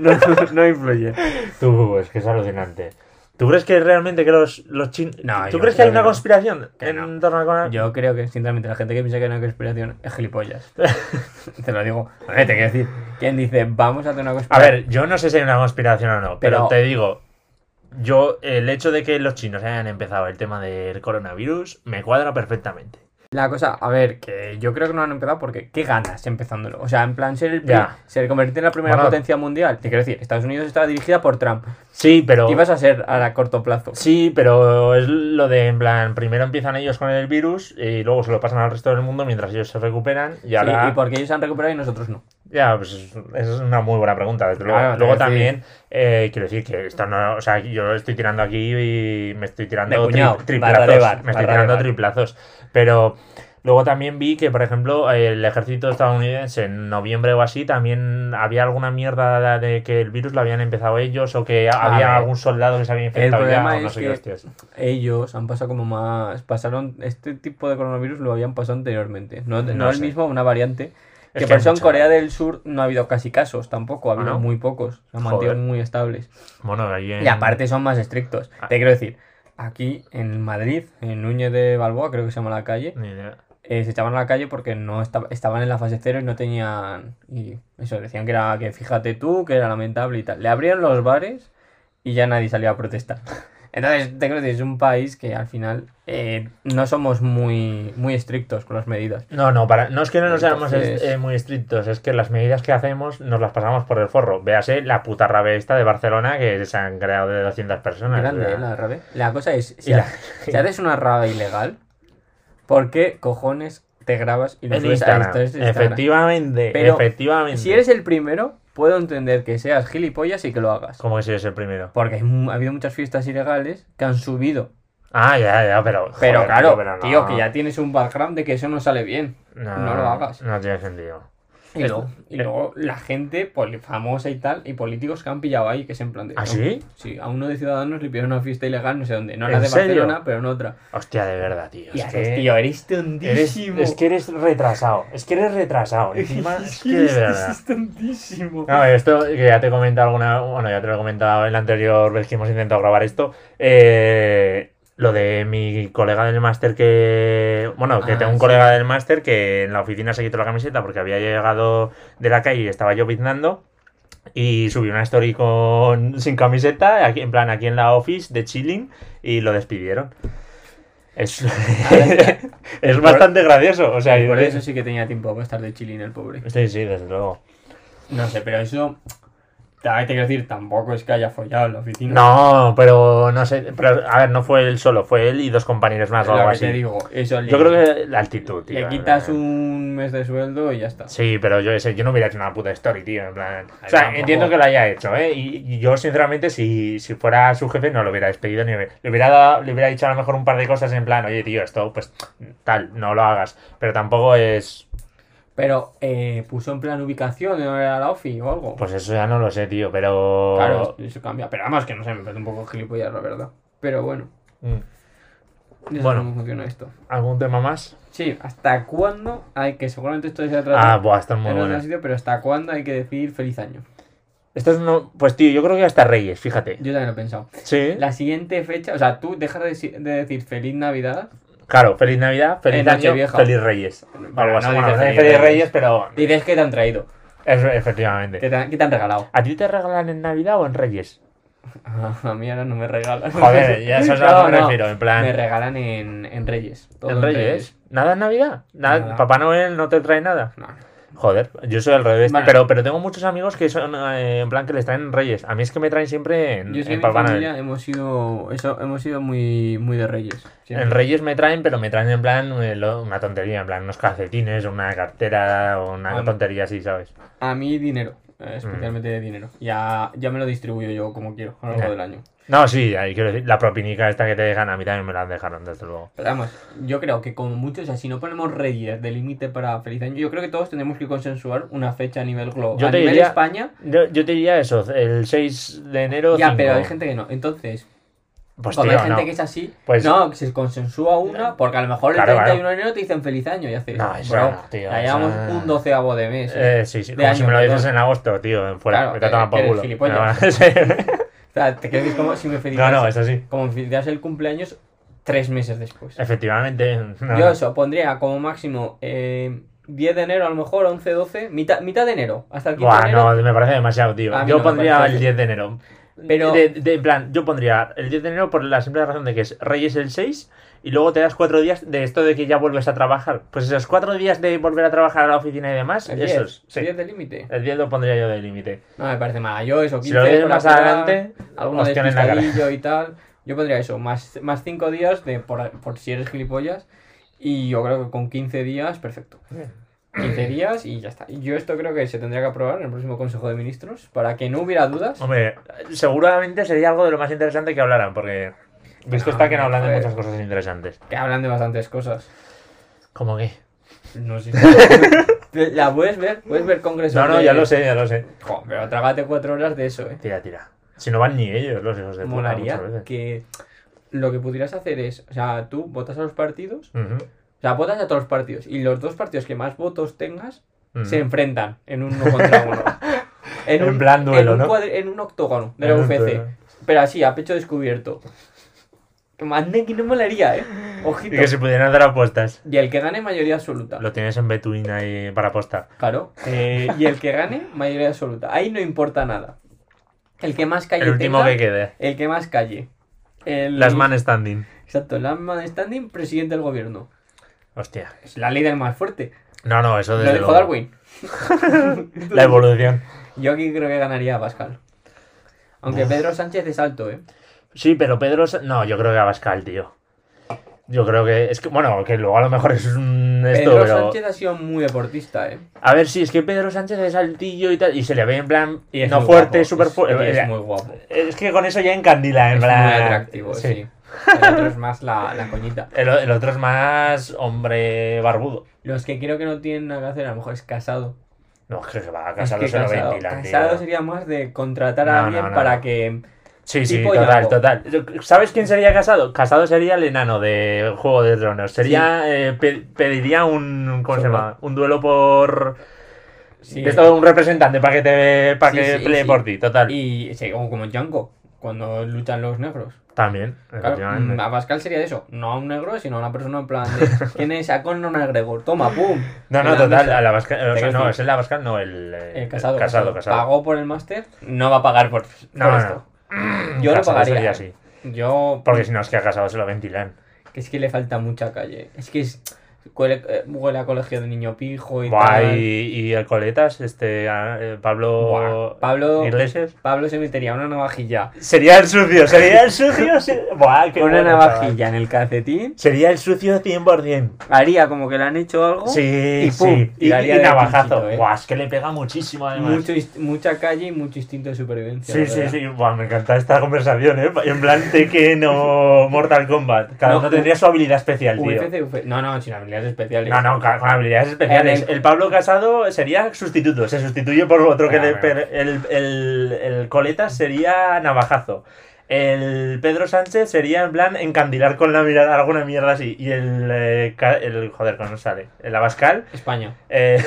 A: no, no influye.
B: Tú, es que es alucinante. ¿Tú crees que realmente que los, los chinos.
A: No, yo
B: ¿Tú crees que
A: creo
B: hay
A: que
B: una
A: no.
B: conspiración
A: Que
B: en
A: no.
B: torno al corona-
A: Yo creo que, sinceramente, la gente que piensa que hay una conspiración es gilipollas. te lo digo. A ver, te quiero decir. Quien dice, vamos a hacer una
B: A
A: conspiración.
B: ver, yo no sé si hay una conspiración o no, pero,
A: Pero-
B: te digo, yo el hecho de que los chinos hayan empezado el tema del coronavirus me cuadra perfectamente.
A: La cosa, a ver, que yo creo que no han empezado porque ¿qué ganas empezándolo? O sea, en plan, ser el pri-
B: Ya.
A: ser convertirte en la primera
B: Bueno.
A: potencia mundial. Te quiero decir, Estados Unidos estaba dirigida por Trump.
B: Sí, pero
A: Y vas a ser a la corto plazo.
B: sí, pero es lo de en plan, primero empiezan ellos con el virus y luego se lo pasan al resto del mundo mientras ellos se recuperan y
A: Sí,
B: ahora
A: y porque ellos se han recuperado y nosotros no.
B: Ya, pues es- esa es una muy buena pregunta, desde luego.
A: Claro, te
B: luego
A: voy a decir.
B: también, eh, quiero decir que esto no, o sea, yo estoy tirando aquí y me estoy
A: De
B: tirando tri-
A: cuñado,
B: triplazos.
A: barra de bar,
B: me estoy
A: barra de
B: tirando
A: bar.
B: triplazos. Pero luego también vi que, por ejemplo, el ejército estadounidense en noviembre o así también había alguna mierda de que el virus lo habían empezado ellos o que había
A: ver.
B: algún soldado que se había infectado ya
A: problema
B: o no
A: es
B: sé
A: que-
B: qué hostias.
A: Ellos han pasado como más. Pasaron. Este tipo de coronavirus lo habían pasado anteriormente. No, no,
B: No
A: el
B: sé.
A: mismo, una variante. que
B: Es que
A: por
B: hay
A: eso en
B: mucha.
A: Corea del Sur no ha habido casi casos tampoco. Ha habido
B: Ah, ¿no?
A: muy pocos. Se han
B: Joder.
A: mantenido muy estables.
B: Bueno, ahí en...
A: Y aparte son más estrictos.
B: Ah.
A: Te quiero decir, aquí en Madrid, en Núñez de Balboa, creo que se llama la calle,
B: Ni idea.
A: eh, se echaban a la calle porque no esta- estaban en la fase cero y no tenían. Y eso, decían que era que fíjate tú, que era lamentable y tal. Le abrían los bares y ya nadie salía a protestar. Entonces, te creo que es un país que al final eh, no somos muy, muy estrictos con las medidas.
B: No, no, para, no es que no nos seamos
A: Entonces-
B: eh, muy estrictos, es que las medidas que hacemos nos las pasamos por el forro. Véase la puta rabia esta de Barcelona que se han creado de 200 personas.
A: Grande,
B: o sea.
A: ¿eh? La rave. La cosa es, si,
B: Y la-
A: ha- si haces una rave ilegal, ¿por qué cojones te grabas y lo
B: En
A: subes a
B: Instagram.
A: historias de Instagram?
B: Efectivamente,
A: Pero
B: efectivamente.
A: Si eres el primero, puedo entender que seas gilipollas y que lo hagas.
B: ¿Cómo que si eres el primero?
A: Porque hay mu- ha habido muchas fiestas ilegales que han subido.
B: Ah, ya, ya, pero.
A: Pero
B: joder,
A: claro,
B: pero no.
A: tío, que ya tienes un background de que eso no sale bien.
B: No,
A: no lo hagas.
B: No tiene sentido.
A: Y luego, y luego la gente poli- famosa y tal, y políticos que han pillado ahí, que se en plan de-
B: ¿Ah, sí?
A: Sí, a uno de Ciudadanos le pidieron una fiesta ilegal, no sé dónde. No la
B: ¿En
A: de
B: serio?
A: Barcelona, pero en otra.
B: Hostia, de verdad, tío.
A: Y
B: es
A: haces,
B: que...
A: tío, eres
B: Eres,
A: tontísimo.
B: es que eres retrasado, es que eres retrasado. Encima, es que de verdad.
A: es tontísimo.
B: No, esto que ya te he comentado alguna, bueno, ya te lo he comentado en la anterior vez que hemos intentado grabar esto, eh, lo de mi colega del máster que, bueno, que
A: Ah,
B: tengo un
A: sí.
B: colega del máster que en la oficina se quitó la camiseta porque había llegado de la calle y estaba lloviznando y subió una story con, sin camiseta, aquí, en plan aquí en la office de chilling y lo despidieron. Es, es bastante gracioso, o sea,
A: Ah, Y por
B: yo-
A: eso sí que tenía tiempo para estar de chilín el pobre.
B: sí, sí, desde luego.
A: No sé, pero eso. También te quiero decir, tampoco es que haya follado en la oficina.
B: No, pero no sé. Pero, a ver, no fue él solo, fue él y dos compañeros más
A: es
B: o algo
A: lo que
B: así.
A: te digo. Eso le,
B: Yo creo que la altitud, tío.
A: le
B: en
A: quitas
B: plan.
A: un mes de sueldo y ya está.
B: Sí, pero yo qué sé, yo no hubiera hecho una puta story, tío. En plan. O
A: Ay,
B: sea,
A: tampoco.
B: entiendo que lo haya hecho, ¿eh? Y, y yo, sinceramente, si, si fuera su jefe, no lo hubiera despedido ni me- le hubiera dado- le hubiera dicho a lo mejor un par de cosas en plan, oye, tío, esto, pues, tal, no lo hagas. Pero tampoco es.
A: Pero eh, puso en plan ubicación de dónde era la ofi o algo.
B: Pues eso ya no lo sé, tío, pero.
A: claro, eso cambia. Pero vamos, que no sé, me parece un poco gilipollas, la verdad. Pero bueno,
B: Mm.
A: no sé
B: Bueno.
A: cómo funciona esto.
B: ¿Algún tema más?
A: Sí, ¿hasta cuándo hay que, seguramente esto se ha tratado
B: Ah, buah, están muy
A: en otro
B: buenas.
A: sitio, pero ¿hasta cuándo hay que decir feliz año?
B: Esto es uno. Pues tío, yo creo que hasta Reyes, fíjate.
A: Yo también lo he pensado.
B: Sí.
A: La siguiente fecha, o sea, tú dejas de, deci- de decir Feliz Navidad.
B: Claro, feliz Navidad, feliz
A: En Año
B: Año,
A: Viejo.
B: feliz Reyes.
A: Bueno,
B: Algo así.
A: no
B: Bueno,
A: dices
B: feliz,
A: Feliz
B: Reyes,
A: Reyes,
B: pero.
A: Dices que te han traído.
B: es-
A: Que
B: efectivamente.
A: te han, que te han regalado.
B: ¿A ti te regalan en Navidad o en Reyes?
A: A mí ahora no me regalan.
B: Joder, ya eso es a lo que me refiero, en plan-
A: Me regalan en, en Reyes. todo
B: ¿En Reyes? ¿Nada en Navidad? Nada-
A: Nada.
B: ¿Papá Noel no te trae nada?
A: No.
B: Joder, yo soy al revés.
A: Bueno.
B: Pero, pero tengo muchos amigos que son eh, en plan que les traen en Reyes. A mí es que me traen siempre en,
A: Yo es que en
B: en
A: mi
B: Papá
A: familia
B: Noel.
A: hemos sido, eso, hemos sido muy, muy de Reyes. siempre.
B: En Reyes me traen, pero me traen en plan eh, lo- una tontería, en plan unos calcetines, una cartera o una
A: Ah, no.
B: tontería así, ¿sabes?
A: A mí dinero,
B: Mm.
A: eh, especialmente de dinero. Ya, ya me lo distribuyo yo como quiero a lo largo
B: Ya.
A: del año.
B: No, sí, ahí quiero decir, la propinica esta que te dejan, a mí también me la dejaron, desde luego.
A: Pero vamos, yo creo que como muchos, o sea, si no ponemos Reyes de límite para feliz año, yo creo que todos tenemos que consensuar una fecha a nivel global.
B: Yo
A: A
B: te
A: nivel
B: diría-
A: España,
B: Yo, yo te diría eso, el 6 de enero.
A: ya,
B: cinco.
A: pero hay gente que no. Entonces,
B: Pues
A: como
B: tío,
A: hay gente
B: no.
A: que es así,
B: Pues-
A: no, se consensúa una, porque a lo mejor el
B: Claro,
A: 31
B: claro.
A: de enero te dicen feliz año y haces.
B: No, eso
A: bro,
B: no, tío,
A: ya
B: eso
A: llevamos
B: no.
A: un doceavo de mes. ¿eh?
B: Eh, sí, sí,
A: de
B: como si
A: año,
B: me lo dices
A: perdón.
B: en agosto, tío, fuera,
A: Claro,
B: me
A: que-
B: te toman
A: que
B: por
A: eres
B: culo.
A: gilipollas.
B: No, sí.
A: O sea, te quiero decir como si me
B: no,
A: felicitas,
B: no, eso sí.
A: como me felicitas el cumpleaños tres meses después.
B: Efectivamente. no,
A: Yo
B: no.
A: eso, pondría como máximo eh, 10 de enero, a lo mejor 11, 12, mitad, mitad de enero, hasta el 15 de
B: Buah,
A: enero.
B: no, me parece demasiado, tío.
A: A mí
B: Yo
A: no me
B: pondría
A: parece.
B: el 10 de enero.
A: Pero-
B: De, de- en plan, yo pondría el 10 de enero por la simple razón de que es Reyes el 6 y luego te das cuatro días de esto de que ya vuelves a trabajar. Pues esos cuatro días de volver a trabajar a la oficina y demás,
A: El 10,
B: esos. Sí.
A: 10 de límite.
B: El 10 lo pondría yo de límite.
A: No, me parece mal. Yo eso, 15
B: Si lo ves
A: por
B: más
A: afuera,
B: adelante,
A: alguno
B: hostia en la cara.
A: despistadillo y tal. Yo pondría eso, más, más 5 días de por, por si eres gilipollas. Y yo creo que con 15 días, perfecto. 15 días y ya está. Y Yo esto creo que se tendría que aprobar en el próximo Consejo de Ministros para que no hubiera dudas.
B: Hombre, seguramente sería algo de lo más interesante que hablaran, porque visto
A: No,
B: está que no hablan de
A: joder.
B: muchas cosas interesantes.
A: Que hablan de bastantes cosas.
B: ¿Cómo que?
A: No sé. si- La puedes ver, puedes ver congresos.
B: No, no,
A: de-
B: ya lo sé, ya lo sé.
A: Jo, pero trágate cuatro horas de eso, eh.
B: Tira, tira. Si no van ni ellos, los hijos de puta,
A: Molaría
B: muchas veces.
A: que lo que pudieras hacer es, o sea, tú votas a los partidos,
B: Ujú,
A: o sea, votas a todos los partidos y los dos partidos que más votos tengas
B: ujú.
A: se enfrentan en un uno contra uno. En,
B: En plan duelo,
A: en un
B: ¿no?
A: cuadri- en un octógono de
B: En
A: la
B: un
A: UFC.
B: duelo.
A: Pero así, a pecho descubierto. Mande que no molaría, eh.
B: Y
A: Ojito.
B: que se pudieran hacer apuestas.
A: Y el que gane mayoría absoluta.
B: Lo tienes en Between ahí para apostar.
A: Claro. Eh, y el que gane mayoría absoluta. Ahí no importa nada. El que más calle
B: El último
A: tenga,
B: que quede.
A: El que más calle. El...
B: Las man standing.
A: Exacto, el man standing, presidente del gobierno.
B: Hostia.
A: Es la ley del más fuerte.
B: No, no, eso
A: Lo
B: desde
A: dijo
B: luego.
A: Darwin.
B: La evolución.
A: Yo aquí creo que ganaría Pascal. Aunque Pedro Sánchez es alto, ¿eh?
B: Sí, pero Pedro... Sa- No, yo creo que Abascal, tío. Yo creo que... Es que, bueno, que luego a lo mejor es un... Esto,
A: Pedro
B: pero...
A: Sánchez ha sido muy deportista, ¿eh?
B: A ver, sí, es que Pedro Sánchez es altillo y tal. Y se le ve en plan...
A: Y es
B: no
A: muy
B: fuerte,
A: guapo,
B: súper
A: es-
B: fuerte.
A: y
B: Es,
A: Es muy guapo.
B: que con eso ya encandila, en
A: Es muy
B: plan...
A: atractivo, sí. El otro es más la, la coñita.
B: El, o- el otro es más hombre barbudo.
A: Los que creo que no tienen nada que hacer, a lo mejor es casado.
B: No, creo que va a
A: Es
B: casarlo
A: que
B: se lo
A: casado,
B: ventilan, tío.
A: casado sería más de contratar a
B: No, no,
A: alguien
B: no,
A: para
B: no.
A: que.
B: Sí, sí,
A: Tipo
B: total,
A: Yago.
B: total. ¿Sabes quién sería casado? Casado sería el enano de Juego de Tronos. Sería, eh, pe- pediría un, ¿cómo se
A: Solo.
B: llama? Un duelo por...
A: Sí.
B: de esto, un representante para que te para
A: Sí,
B: que
A: sí,
B: pelee
A: sí.
B: por ti, total.
A: Y sí, como, como Django, cuando luchan los negros.
B: También,
A: Claro,
B: efectivamente.
A: mm, a Pascal sería eso, no a un negro, sino a una persona en plan de ¿Quién es a Conor McGregor? Toma, pum.
B: No,
A: en
B: no,
A: la
B: total,
A: mesa.
B: a la vasca, o sea,
A: quiero
B: no,
A: decir-
B: es el Abascal, no, el, eh,
A: El casado,
B: casado, casado.
A: Pagó por el máster, no va a pagar por, por
B: No, no,
A: esto. Yo lo
B: Casado
A: pagaría.
B: sería
A: eh.
B: así.
A: Yo mm,
B: Porque si no, es que a casado se lo ventilan.
A: que es que le falta mucha calle. Es que es huele, eh, huele a colegio de niño pijo y
B: Buah, y,
A: tal.
B: y el Coletas, este, a- eh, Pablo...
A: Buah, Pablo-
B: Iglesias.
A: Pablo se metería una navajilla.
B: Sería el sucio, sería el sucio. se- Buah, qué
A: una
B: bueno,
A: navajilla en
B: chaval.
A: el calcetín.
B: Sería el sucio 100%.
A: Haría como que le han hecho algo.
B: Sí,
A: y pum,
B: sí. Y,
A: tiraría
B: y
A: de
B: navajazo.
A: pinchito, eh.
B: Buah, es que le pega muchísimo además.
A: Mucho inst- mucha calle y mucho instinto de supervivencia.
B: Sí,
A: la
B: sí,
A: verdad.
B: sí. Buah, me encanta esta conversación, ¿eh? En plan Tekken o Mortal Kombat. Cada
A: No,
B: uno tendría su habilidad especial, tío.
A: UFC, UFC. No, no, sin habilidades especiales.
B: No, no, ca- con habilidades especiales.
A: En el-
B: El Pablo Casado sería sustituto, se sustituye por otro que
A: Bueno,
B: le-
A: bueno.
B: per- el, el, el Coleta sería navajazo. El Pedro Sánchez sería en plan encandilar con la mirada alguna mierda así. Y el, eh, ca- el joder, cuando sale, el Abascal,
A: España.
B: eh,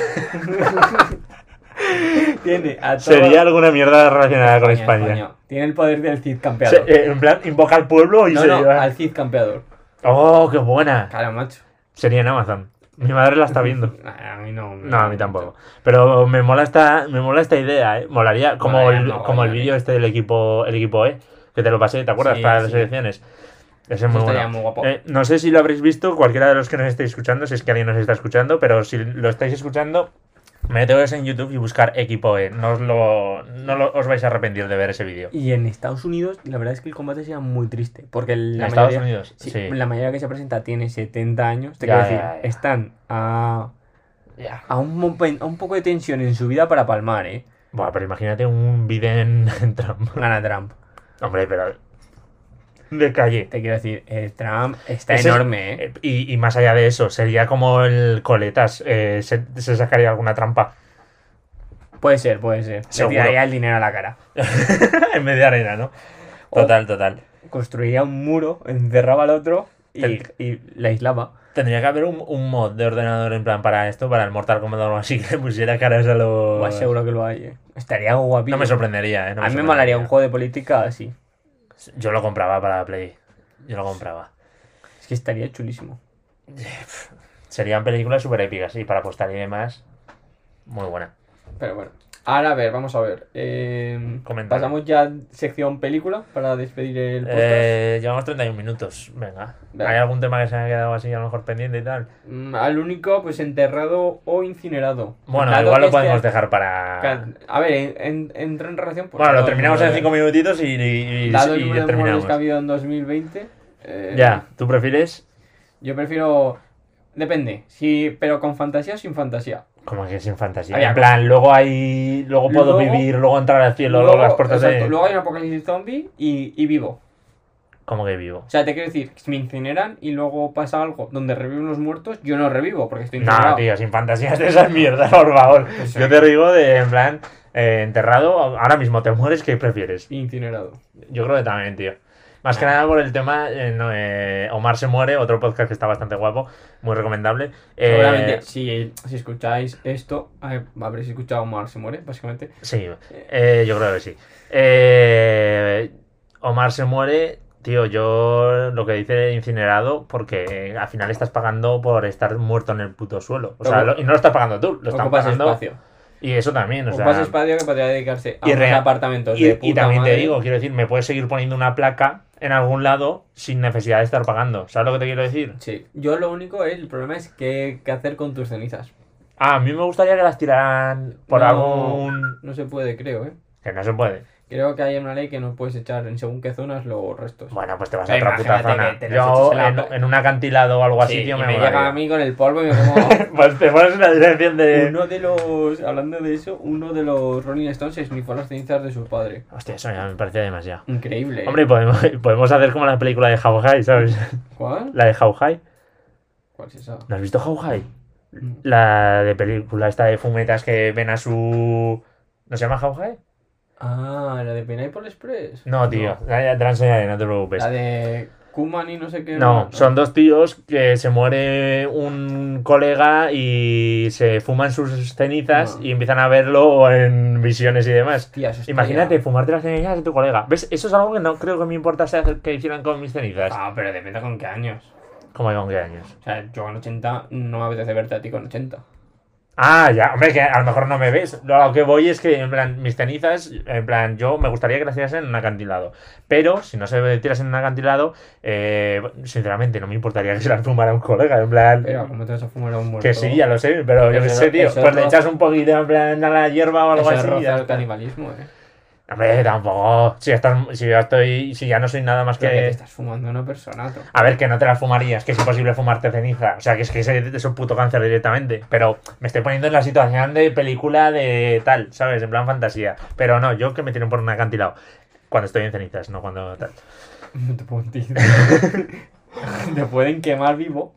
A: Tiene a todo-
B: Sería alguna mierda relacionada con España.
A: Tiene el poder del Cid
B: Se-
A: campeador.
B: eh, en plan, invoca al pueblo y
A: no,
B: se
A: no,
B: lleva.
A: al Cid campeador.
B: Oh, qué buena.
A: Claro, macho.
B: Sería en Amazon. Mi madre la está viendo.
A: A mí no.
B: No, a mí tampoco. Pero me mola esta, me mola esta idea, ¿eh? Molaría, como
A: Molaría,
B: el,
A: no,
B: como el
A: molaría.
B: vídeo este del equipo, el equipo E, que te lo pasé, ¿te acuerdas?
A: Sí,
B: Para las
A: sí.
B: elecciones. Ese es
A: Eso
B: muy
A: estaría
B: bueno.
A: muy guapo.
B: Eh, no sé si lo habréis visto, cualquiera de los que nos estéis escuchando, si es que alguien nos está escuchando, pero si lo estáis escuchando, meteos en YouTube y buscar equipo E. No os, lo, no lo- os vais a arrepentir de ver ese vídeo.
A: Y en Estados Unidos, la verdad es que el combate sea muy triste. Porque
B: En
A: la
B: Estados
A: mayoría,
B: Unidos, sí.
A: sí, la mayoría que se presenta tiene 70 años. Te
B: Ya,
A: quiero decir,
B: ya, ya.
A: están a,
B: Ya.
A: a, un, mopen- a un poco de tensión en su vida para palmar, ¿eh?
B: Buah, pero imagínate un Biden en Trump.
A: Gana Trump.
B: Hombre, pero. De calle.
A: Te quiero decir, eh, Trump está
B: Ese-
A: enorme, ¿eh?
B: Eh, Y, y más allá de eso, sería como el coletas, eh, se, se sacaría alguna trampa
A: Puede ser, puede ser.
B: Seguro.
A: Le tiraría el dinero a la cara.
B: en media arena, ¿no? Total, total.
A: Construiría un muro, encerraba al otro y,
B: El-
A: y la aislaba.
B: Tendría que haber un, un mod de ordenador en plan para esto, para el Mortal Kombat o algo así, que le pusiera caras a los...
A: Más seguro que lo hay, ¿eh? Estaría guapísimo.
B: No me sorprendería, ¿eh? No
A: a mí me
B: sorprendería.
A: molaría un juego de política así.
B: Yo lo compraba para Play. Yo lo compraba.
A: Es que estaría chulísimo.
B: Serían películas súper épicas y para apostar y demás, muy buena.
A: Pero bueno. Ahora a ver, vamos a ver. eh,
B: Comentario.
A: pasamos ya a sección película para despedir el podcast.
B: Eh, llevamos 31 minutos, venga.
A: Venga.
B: ¿Hay algún tema que se haya quedado así a lo mejor pendiente y tal?
A: Mm, Al único, pues enterrado o incinerado.
B: Bueno,
A: Dado
B: igual
A: que
B: lo podemos
A: este-
B: dejar para...
A: ca- A ver, en- en- entra en relación. pues,
B: Bueno, lo
A: dado el
B: terminamos en
A: número de-
B: cinco minutitos y, y- y-
A: Dado
B: y
A: el número de muertes
B: terminamos.
A: que ha habido en 2020. eh,
B: Ya, ¿tú prefieres?
A: Yo prefiero. Depende, si, pero con fantasía o sin fantasía.
B: Como que sin fantasía.
A: Había
B: en plan, luego hay. Luego puedo
A: Luego-
B: vivir, luego entrar al cielo, luego, las puertas
A: exacto,
B: de.
A: luego hay un apocalipsis zombie y, y vivo.
B: Como que vivo.
A: O sea, te quiero decir, si me incineran y luego pasa algo donde reviven los muertos, yo no revivo porque estoy incinerado.
B: No, tío, sin fantasías de esas mierdas, por favor.
A: Pues sí.
B: Yo te digo de, en plan, eh, enterrado, ahora mismo te mueres, ¿qué prefieres?
A: Incinerado.
B: Yo creo que también, tío. Más que nada por el tema, eh, no, eh, Omar se muere, otro podcast que está bastante guapo, muy recomendable. Eh,
A: Seguramente, si, si escucháis esto, eh, habréis escuchado Omar se muere, básicamente.
B: Sí, eh, yo creo que sí. Eh, Omar se muere, tío, yo lo que dice incinerado, porque eh, al final estás pagando por estar muerto en el puto suelo. O sea,
A: Ocu-
B: lo- y no lo estás pagando tú, lo están
A: Ocupas
B: pagando.
A: espacio.
B: Y eso también, o sea.
A: Ocupas espacio que podría dedicarse a
B: y
A: unos
B: rea-
A: apartamentos
B: y,
A: de
B: y
A: puta
B: también te
A: madre.
B: digo, quiero decir, me puedes seguir poniendo una placa en algún lado sin necesidad de estar pagando. ¿Sabes lo que te quiero decir?
A: Sí, yo lo único es, el problema es qué, qué hacer con tus cenizas.
B: Ah, a mí me gustaría que las tiraran por
A: No.
B: algún.
A: No se puede, creo, ¿eh?
B: Que no se puede.
A: Creo que hay una ley que no puedes echar en según qué zonas los restos.
B: Bueno, pues te vas a
A: Eh,
B: otra puta
A: imagínate
B: zona.
A: que te las
B: Yo
A: echas en la
B: en,
A: pla-
B: en un acantilado o algo
A: Sí,
B: así, tío,
A: y
B: me,
A: me
B: molaría.
A: llega a mí con el polvo y me como...
B: Pues te pones en la dirección de.
A: uno de los... Hablando de eso, uno de los Rolling Stones esnifó las cenizas de su padre.
B: Hostia, eso ya me parece demasiado.
A: Increíble. ¿eh?
B: Hombre, podemos, podemos hacer como la película de How High, ¿sabes?
A: ¿Cuál?
B: La de How High.
A: ¿Cuál es esa?
B: ¿No has visto How High? La de película esta de fumetas que ven a su. ¿No se llama How High?
A: Ah, la de Pineapple Express.
B: No, tío. Ya- ya Te la enseñaré, no te preocupes.
A: La de Kuman y no sé qué.
B: No, son dos tíos que se muere un colega y se fuman sus cenizas
A: No.
B: y empiezan a verlo en visiones y demás.
A: Ah. Hostia, eso estaría-
B: Imagínate, fumarte las cenizas de tu colega. ¿Ves? Eso es algo que no creo que me importase hacer que hicieran con mis cenizas.
A: Ah, pero depende con qué años.
B: ¿Cómo que con qué años?
A: O sea, yo con 80 no me apetece verte a ti con 80.
B: Ah, ya, hombre, que a lo mejor no me ves. Lo que voy es que, en plan, mis cenizas, en plan, yo me gustaría que las tirasen en un acantilado. Pero, si no se tirasen en un acantilado, eh, sinceramente, no me importaría que se las fumara un colega, en plan...
A: Pero, ¿cómo te vas a fumar a un muerto?
B: Que sí, ya lo sé, pero yo
A: Eso
B: qué
A: no-
B: sé, tío.
A: eso
B: Pues le
A: no-
B: echas un poquito en plan a la hierba o algo
A: Eso es
B: así. y ya
A: rozar el
B: está.
A: canibalismo, ¿eh?
B: Hombre, tampoco. Si, estás, si, ya estoy, si ya no soy nada más
A: Porque te
B: que.
A: estás fumando a una persona. tú.
B: A ver, que no te las fumarías, que es imposible fumarte ceniza. O sea, que es que ese- eso es un puto cáncer directamente. Pero me estoy poniendo en la situación de película de tal, ¿sabes? En plan fantasía. Pero no, yo que me tienen por un acantilado. Cuando estoy en cenizas, no cuando tal.
A: No te puedo mentir. te pueden quemar vivo.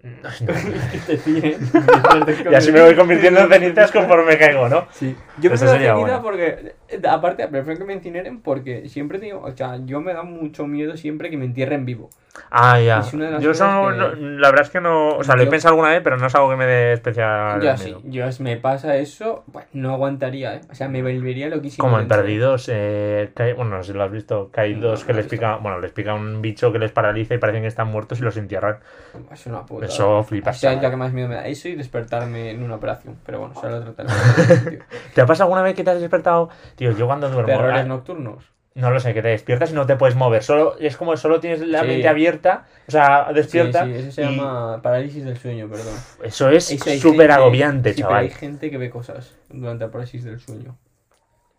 A: Y te tiren.
B: Y así me voy convirtiendo en cenizas conforme caigo, ¿no?
A: Sí. Yo
B: Eso
A: prefiero
B: sería
A: la ceniza
B: bueno.
A: porque, eh, aparte, prefiero que me incineren porque siempre digo, o sea, yo me da mucho miedo siempre que me entierren vivo.
B: Ah, ya.
A: Es una de las
B: Yo eso
A: cosas
B: no-
A: que-
B: la verdad es que no. O sea, lo he
A: Yo-
B: pensado alguna vez, pero no es algo que me dé especial.
A: Yo
B: miedo.
A: así, yo si me pasa eso, bueno, no aguantaría, ¿eh? O sea, me volvería loquísimo.
B: Como en
A: dentro.
B: Perdidos, eh, que hay- bueno, no sé si lo has visto, que hay
A: No,
B: dos
A: no
B: que
A: lo he
B: les
A: visto.
B: pica, bueno, les pica un bicho que les paraliza y parecen que están muertos y los entierran.
A: Pues, Es una puta.
B: Eso flipas.
A: Eso es lo
B: chaval.
A: que más miedo me da. Eso y despertarme en una operación. Pero bueno, solo trataré.
B: ¿Te ha pasado alguna vez que te has despertado? Tío, yo cuando duermo. ah,
A: Terrores nocturnos.
B: No lo sé, que te despiertas y no te puedes mover. Solo, es como solo tienes la
A: Sí.
B: mente abierta, o sea,
A: Sí,
B: despierta.
A: sí, eso se
B: y
A: llama parálisis del sueño, perdón.
B: Eso es
A: Eso hay
B: súper
A: gente-
B: agobiante,
A: sí, pero
B: chaval.
A: hay gente que ve cosas durante la parálisis del sueño.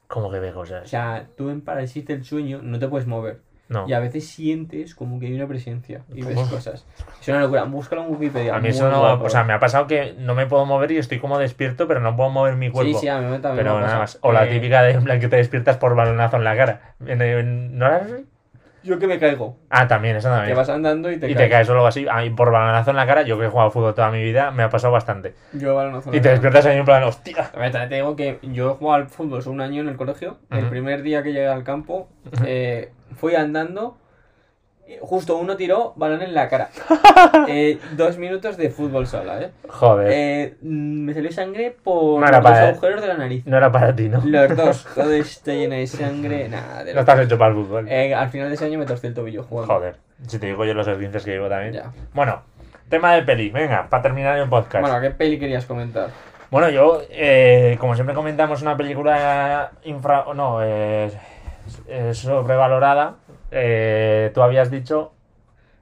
B: Como que ve
A: O
B: cosas.
A: sea, tú en parálisis del sueño no te puedes mover.
B: No.
A: Y a veces sientes como que hay una presencia y ves
B: ¿Cómo?
A: cosas. Es una locura. Búscalo en Wikipedia.
B: A mí
A: muy
B: eso no.
A: guapo.
B: O sea, me ha pasado que no me puedo mover y estoy como despierto, pero no puedo mover mi
A: Sí,
B: cuerpo.
A: sí, a mí me también
B: pero
A: me ha
B: nada más.
A: pasado.
B: O la
A: Eh,
B: típica de en plan que te despiertas por balonazo en la cara. En- en- ¿No la
A: Yo que me caigo.
B: Ah, también, esa
A: Que
B: también.
A: vas andando y te
B: y te
A: caes.
B: caes o algo así. A mí por balonazo en la cara, yo que he jugado a fútbol toda mi vida, me ha pasado bastante.
A: Yo balonazo. en
B: Y
A: la
B: te
A: cara.
B: despiertas ahí en plan, hostia.
A: A ver, también te digo que yo he jugado al fútbol solo un año en el colegio. El
B: Ujú.
A: primer día que llegué al campo, eh, fui andando. eh, Justo uno tiró balón en la cara. Eh, dos minutos de fútbol sola, ¿eh?
B: Joder.
A: Eh, mm, me salió sangre por
B: No
A: los
B: era para-
A: agujeros de la nariz.
B: No era para ti, ¿no?
A: Los dos, todo está lleno de sangre. Nada, de
B: No
A: lo...
B: estás hecho para el fútbol.
A: Eh, Al final de ese año me torcí el tobillo jugando.
B: Joder. Si te digo yo los esguinces que llevo también.
A: Ya.
B: Bueno, tema de peli. Venga, para terminar el podcast.
A: Bueno, ¿qué peli querías comentar?
B: Bueno, yo, eh, como siempre comentamos, una película infra. No, eh, eh, sobrevalorada. Eh, tú habías dicho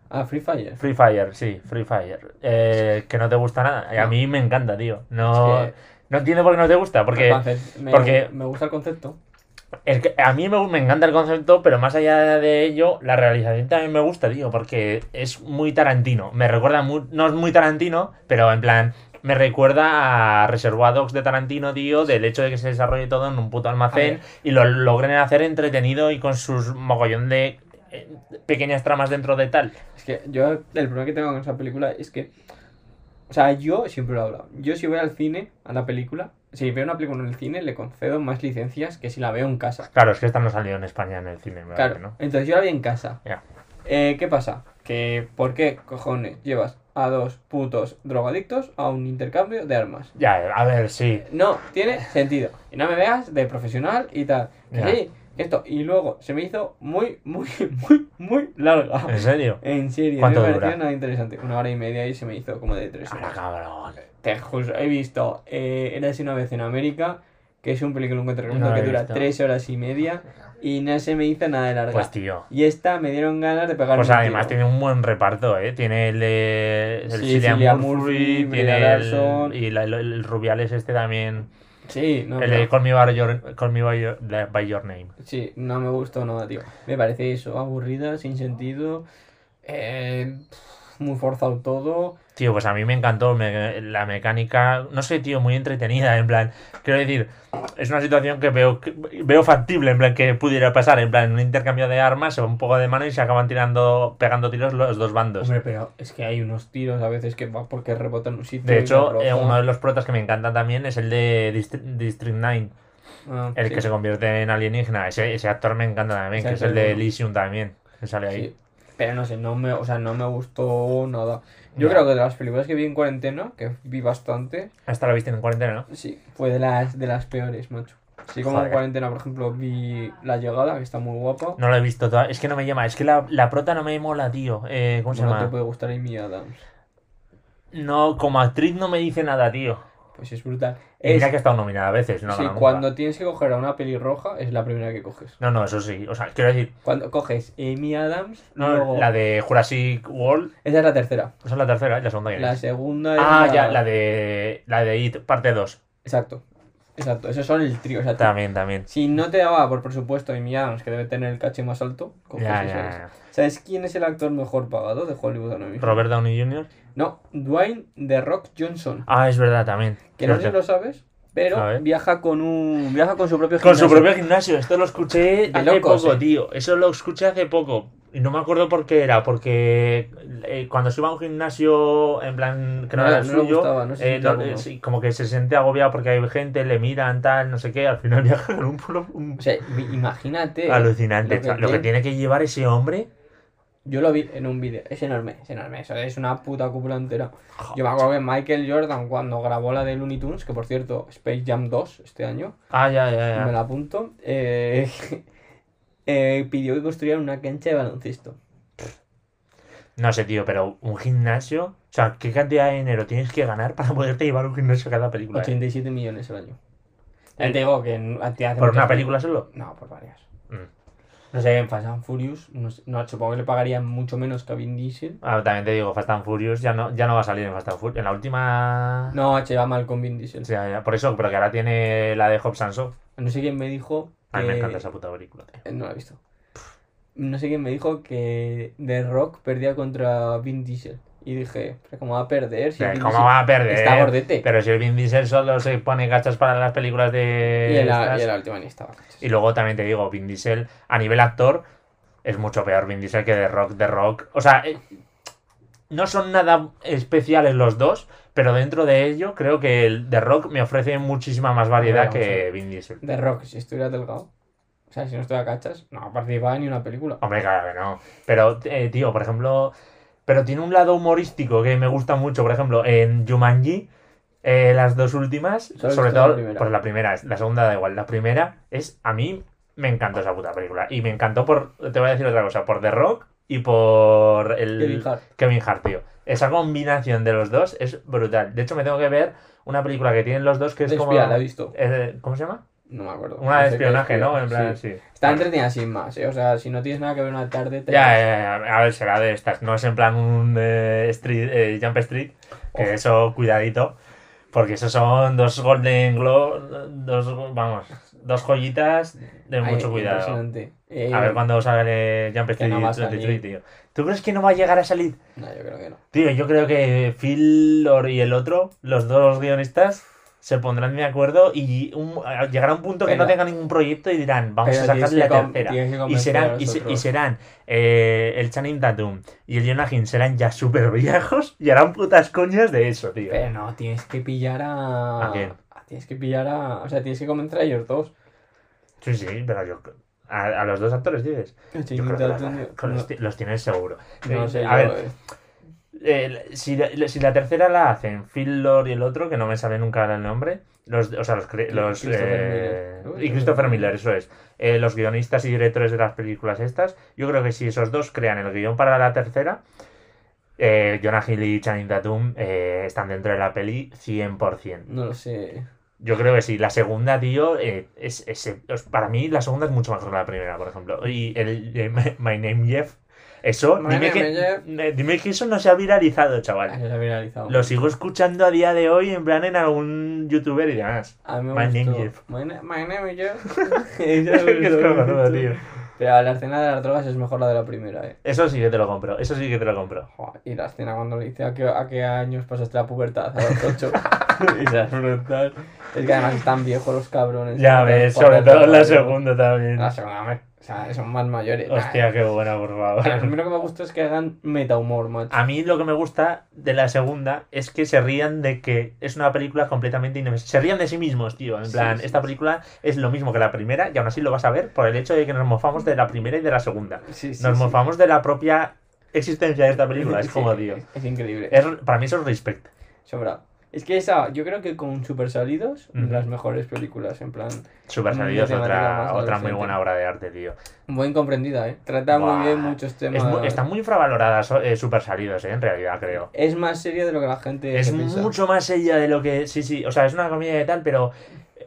A: Ah, Free Fire.
B: Free Fire, sí, Free Fire. Eh, que no te gusta nada. Y A
A: No.
B: mí me encanta, tío. No,
A: Es que-
B: no entiendo por qué no te gusta. Porque
A: Entonces, me,
B: porque-
A: me gusta el concepto.
B: Es que a mí me, me encanta el concepto, pero más allá de ello, la realización también me gusta, tío, porque es muy Tarantino. Me recuerda, mu- no es muy Tarantino, pero en plan, me recuerda a Reservoir Dogs de Tarantino, tío, del hecho de que se desarrolle todo en un puto
A: A
B: almacén
A: ver.
B: y lo logren hacer entretenido y con sus mogollón de eh, pequeñas tramas dentro de tal.
A: Es que yo, el problema que tengo con esa película es que. O sea, yo siempre lo he hablado. Yo, si voy al cine, a la película, si veo una película en el cine, le concedo más licencias que si la veo en casa.
B: Claro, es que esta no salió en España en el cine, me
A: Claro.
B: parece, ¿no?
A: Entonces, yo la vi en casa.
B: Ya.
A: Eh, ¿Qué pasa? Que, ¿por qué cojones llevas a dos putos drogadictos a un intercambio de armas?
B: Ya, a ver, sí.
A: No, tiene sentido. Y no me veas de profesional y tal. Que
B: Ya.
A: sí, que esto. Y luego se me hizo muy, muy, muy, muy larga.
B: ¿En serio?
A: En serio, no me
B: Eh. ¿Cuánto dura?
A: pareció nada interesante. Una hora y media y se me hizo como de tres
B: Ahora,
A: horas.
B: cabrón.
A: Te juro, he visto eh, Érase una vez en América, que es un película un
B: No
A: contrarremundo
B: la
A: que
B: he
A: dura
B: visto.
A: tres horas y media y no se me hizo nada de larga.
B: Pues, tío.
A: y esta me dieron ganas de pegarme
B: Pues
A: un
B: además
A: tiro.
B: tiene un buen reparto, ¿eh? Tiene el de... El
A: Sí,
B: Cillian
A: Cillian Murphy,
B: Murphy,
A: Brie
B: tiene el...
A: Larson.
B: Y la- el, el Rubiales este también.
A: Sí, no,
B: el
A: pero-
B: de Call Me, by your, Call Me by, Your- by Your, Name.
A: sí, no me gustó nada, tío. Me parece eso, aburrida, sin sentido, eh, muy forzado todo.
B: Tío, pues a mí me encantó me- la mecánica, no sé, tío, muy entretenida, en plan, quiero decir, es una situación que veo que- veo factible, en plan, que pudiera pasar, en plan, en un intercambio de armas, se va un poco de mano y se acaban tirando, pegando tiros los dos bandos.
A: Hombre, pero es que hay unos tiros a veces que va porque rebotan en un sitio.
B: De
A: y
B: hecho,
A: otro,
B: eh,
A: ¿no?
B: uno de los protas que me encanta también es el de Distri- District 9.
A: Ah,
B: El
A: sí.
B: que se convierte en alienígena, ese, ese actor me encanta también,
A: Ese
B: que es
A: actor
B: el de
A: bueno.
B: Elysium también, que sale ahí.
A: Sí, Pero no sé, no me, o sea, no me gustó nada. Yo
B: Ya.
A: creo que de las películas que vi en cuarentena, que vi bastante,
B: Hasta lo viste en cuarentena, ¿no?
A: sí, fue de las, de las peores, macho. Sí, como en
B: Joder.
A: cuarentena, por ejemplo, vi La Llegada, que está muy guapa.
B: No lo he visto todavía, es que no me llama, es que la, la prota no me mola, tío. Eh, ¿Cómo se
A: No te
B: llama?
A: puede gustar Amy Adams.
B: No, como actriz no me dice nada, tío.
A: Pues es brutal.
B: Y
A: Es,
B: Mira que ha estado nominada a veces, no ha
A: sí,
B: ganado nunca.
A: cuando tienes que coger a una pelirroja, es la primera que coges.
B: No, no, eso sí, o sea, quiero decir,
A: Cuando coges Amy Adams,
B: no,
A: luego...
B: la de Jurassic World,
A: Esa es la tercera.
B: esa es la tercera, ¿y la segunda que
A: La segunda es
B: Ah, ya, la de, la de It, parte 2.
A: Exacto, exacto. Esos son el trío, o sea, tú-
B: También, también.
A: Si no te daba por presupuesto Amy Adams, que debe tener el caché más alto, coges
B: Ya,
A: esa-
B: ya, ya.
A: ¿Sabes quién es el actor mejor pagado de Hollywood ahora mismo?
B: Robert Downey Jr.
A: No, Dwayne The Rock Johnson.
B: Ah, es verdad, también.
A: Que no sé si
B: Cierto.
A: lo sabes, pero
B: A ver.
A: viaja con un viaja con su propio
B: Con
A: gimnasio.
B: su propio gimnasio, esto lo escuché
A: De
B: hace
A: locos,
B: poco,
A: eh.
B: tío. Eso lo escuché hace poco. Y no me acuerdo por qué era, porque eh, cuando se iba a un gimnasio en plan que no,
A: No,
B: era el
A: no le
B: suyo,
A: gustaba, no se
B: eh,
A: sentía
B: no-
A: cómodo.
B: eh, sí, como que se siente agobiado porque hay gente, le miran, tal, no sé qué, al final viaja con un, polo- un-
A: O sea, vi- imagínate.
B: alucinante.
A: eh, lo que
B: chaval. Lo que,
A: tiene-
B: tiene que llevar ese hombre
A: Yo lo vi en un vídeo. Es enorme, es enorme. Eso es una puta cúpula entera. Yo me acuerdo que Michael Jordan, cuando grabó la de Looney Tunes, que por cierto, Space Jam 2 este año,
B: Ah, ya, ya, ya.
A: me la apunto, eh, eh, pidió que construyeran una cancha de baloncesto.
B: No sé, tío, pero un gimnasio. O sea, ¿qué cantidad de dinero tienes que ganar para poderte llevar un gimnasio a cada película? eh?
A: 87 millones al año. Ya te digo que en- te hacen
B: ¿Por una
A: muchas-
B: película solo?
A: No, por varias.
B: Mm.
A: No sé, en Fast and Furious, no, sé- no, supongo que le pagarían mucho menos que a Vin Diesel.
B: Ah, también te digo, Fast and Furious ya no, ya no va a salir en Fast and Furious. En la última.
A: No, se va mal con Vin Diesel.
B: Ya, ya, Por eso, pero que ahora tiene la de Hobbs and Shaw.
A: No sé quién me dijo
B: A mí me
A: que-
B: encanta esa puta película, tío.
A: Eh, No la he visto. No sé quién me dijo que The Rock perdía contra Vin Diesel. Y dije, ¿pero cómo va a perder? Si
B: Pero
A: Vin
B: ¿Cómo
A: Diesel-
B: va a perder? eh?
A: Está gordete.
B: Pero si el Vin Diesel solo se pone gachas para las películas de.
A: y, en la,
B: estas.
A: y en la última ni estaba. cachas.
B: Y luego también te digo, Vin Diesel, a nivel actor, es mucho peor Vin Diesel que The Rock. The Rock. O sea, eh, no son nada especiales los dos, pero dentro de ello creo que el The Rock me ofrece muchísima más variedad
A: Vamos a
B: que
A: ver.
B: Vin Diesel.
A: The Rock, si estuviera delgado, o sea, si no estuviera cachas, no participaba ni en una película.
B: Hombre, claro que no. Pero, eh, tío, por ejemplo. Pero tiene un lado humorístico que me gusta mucho. Por ejemplo, en Jumanji, eh, las dos últimas,
A: Solo he
B: sobre
A: visto la
B: todo.
A: primera.
B: pues la primera, es- la segunda da igual. La primera es. A mí me encantó esa puta película. Y me encantó por. Te voy a decir otra cosa. Por The Rock y por. El,
A: Kevin Hart.
B: Kevin Hart, tío. Esa combinación de los dos es brutal. De hecho, me tengo que ver una película que tienen los dos que es
A: De
B: como.
A: espía, la he visto.
B: eh, ¿Cómo se llama?
A: No me acuerdo.
B: Una
A: No
B: de
A: sé qué
B: espionaje,
A: espía,
B: ¿no? En plan,
A: sí.
B: sí.
A: Está entretenida sin más, ¿eh? O sea, si no tienes nada que ver una tarde, te
B: Ya, eh, ya, ya, a ver, será de estas. No es en plan un eh, street, eh, Jump Street, que
A: Ojo.
B: eso, cuidadito, porque esos son dos Golden Globe, dos, vamos, dos joyitas de
A: Ay,
B: mucho cuidado.
A: impresionante. Eh,
B: A ver cuándo sale Jump
A: que
B: Street
A: no va a
B: 23,
A: salir.
B: tío. ¿Tú crees que no va a llegar a salir?
A: No, yo creo que no.
B: Tío, yo creo que Phil Lord y el otro, los dos guionistas, se pondrán de acuerdo y un- llegará un punto que
A: Pero-
B: no tengan ningún proyecto y dirán, vamos
A: Pero
B: a sacar
A: tienes que
B: la
A: con-
B: tercera.
A: tienes que
B: Y
A: convencer a
B: serán,
A: los
B: y, se- y
A: otros.
B: serán eh, el Channing Tatum y el Jonah Hill serán ya súper viejos y harán putas coñas de eso, tío.
A: Pero no, tienes que pillar a.
B: ¿A quién?
A: Tienes que pillar a. O sea, tienes que convencer a ellos dos.
B: Sí, sí, pero yo... A, a los dos actores dices. Yo creo que la- con este los, ti- los tienes seguro.
A: No,
B: Eh,
A: sé,
B: a ver,
A: yo, eh,
B: Eh, si, la, si la tercera la hacen Phil Lord y el otro, que no me sale nunca el nombre, los, o sea, los, cre-
A: Y
B: los,
A: Christopher
B: eh,
A: Miller, ¿no?
B: y Christopher Miller, eso es, Eh, los guionistas y directores de las películas estas, yo creo que si esos dos crean el guión para la tercera, eh, Jonah Hill y Channing Tatum eh, están dentro de la peli 100%.
A: no lo sé.
B: Yo creo que sí. La segunda, tío, eh, es, es- es- para mí la segunda es mucho mejor que la primera, por ejemplo. Y el eh, My- My Name Jeff, eso,
A: My
B: dime
A: Name
B: que,
A: Jeff.
B: eh, dime que eso no se ha viralizado, chaval.
A: Ah, yo la he viralizado.
B: Lo sigo escuchando a día de hoy, en plan en algún youtuber y demás.
A: A mí me
B: My name
A: gustó.
B: Jeff.
A: My, na- my name is Jeff. Eso
B: Es que
A: me
B: es
A: gustó
B: cojonudo,
A: mucho.
B: tío.
A: Pero la escena de las drogas es mejor la de la primera, eh.
B: Eso sí que te lo compro, eso sí que te lo compro.
A: Joder, y la escena cuando le dice a qué, a qué años pasaste la pubertad, a los ocho. Esa es brutal. Es que además están viejos los cabrones.
B: Ya
A: Están
B: ves,
A: cuatro
B: sobre todo en la
A: cabrones.
B: segunda también.
A: La segunda, hombre, o sea, son más mayores.
B: Hostia, qué buena, por
A: Nah, Lo
B: favor.
A: primero que me gusta es que hagan metahumor, macho.
B: A mí lo que me gusta de la segunda es que se rían de que es una película completamente innecesaria. Se rían de sí mismos, tío. En
A: Sí,
B: plan,
A: sí,
B: esta
A: sí.
B: película es lo mismo que la primera y aún así lo vas a ver por el hecho de que nos mofamos de la primera y de la segunda.
A: Sí, sí,
B: Nos
A: sí.
B: mofamos de la propia existencia de esta película. Es
A: Sí,
B: como, Eh. tío.
A: Es, es increíble.
B: es- para mí eso es respect.
A: Sobrado. Es que esa, yo creo que con Super Salidos,
B: Ujú.
A: las mejores películas, en plan.
B: Super
A: Mm,
B: Salido es
A: temática
B: otra,
A: más
B: otra muy
A: adolescente.
B: buena obra de arte, tío.
A: Muy incomprendida, ¿eh? Trata
B: Buah.
A: muy bien muchos temas.
B: Es mu- está muy infravalorada so- eh, Super Salidos, eh, en realidad, creo.
A: Es más seria de lo que la gente.
B: Es
A: se piensa.
B: mucho más ella de lo que. Sí, sí, o sea, es una comedia y tal, pero eh,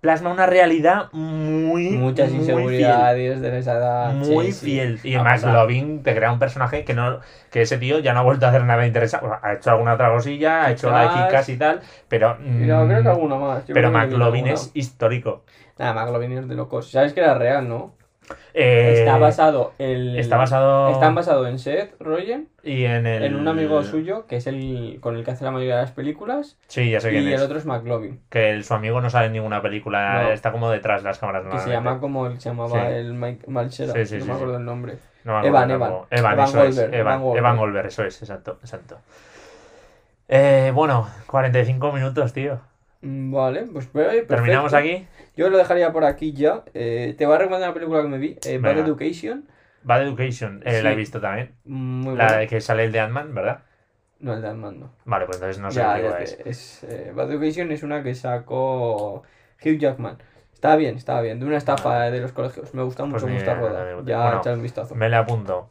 B: plasma una realidad muy.
A: Muchas
B: muy
A: inseguridades de esa edad.
B: fiel, Muy
A: sí, sí.
B: fiel. Y
A: Ah,
B: además,
A: verdad.
B: Loving te crea un personaje que no que ese tío ya no ha vuelto a hacer nada interesante. Bueno, ha hecho alguna otra cosilla, ha hecho la
A: Quizás.
B: Kikas y tal, pero.
A: Y no, creo
B: mm,
A: que alguna más. yo
B: pero
A: creo que
B: McLovin
A: alguna.
B: es histórico.
A: Nada, McLovin es de locos. Sabes que era real, ¿no?
B: Eh,
A: está basado el.
B: está basado-
A: Están basado en Seth Rogen,
B: Y en el.
A: en un amigo suyo, que es el con el que hace la mayoría de las películas.
B: Sí, ya sé quién
A: Y
B: es.
A: el otro es McLovin,
B: Que el- su amigo no sale en ninguna película,
A: No.
B: está como detrás de las cámaras.
A: que se
B: normalmente.
A: llama como él se llamaba
B: Sí.
A: el Mike Malchera.
B: Sí, sí,
A: no
B: sí,
A: me acuerdo
B: sí.
A: el nombre.
B: No me acuerdo
A: Evan,
B: tampoco.
A: Evan.
B: Evan,
A: Evan
B: eso es,
A: Goldberg,
B: Evan,
A: Evan Goldberg.
B: Evan Goldberg, eso es, exacto, exacto. Eh, bueno, 45 minutos, tío.
A: Mm, Vale, pues ve- perfecto.
B: ¿Terminamos aquí?
A: Yo lo dejaría por aquí ya. Eh, te voy a recomendar una película que me vi, eh, Bad
B: Venga.
A: Education.
B: Bad Education, eh,
A: Sí.
B: la he visto también.
A: Muy
B: La
A: buena.
B: de que sale el de Ant-Man, ¿verdad?
A: No, el de Ant-Man no.
B: Vale, pues entonces no sé
A: Ya,
B: qué
A: ya
B: película
A: es
B: es.
A: que es, eh, Bad Education es una que sacó Hugh Jackman. Estaba bien, estaba bien. De una estafa de los colegios. Me gusta mucho
B: Pues ni
A: Musta
B: idea,
A: Rueda.
B: no me-
A: ya,
B: bueno.
A: echar un vistazo.
B: Me la apunto.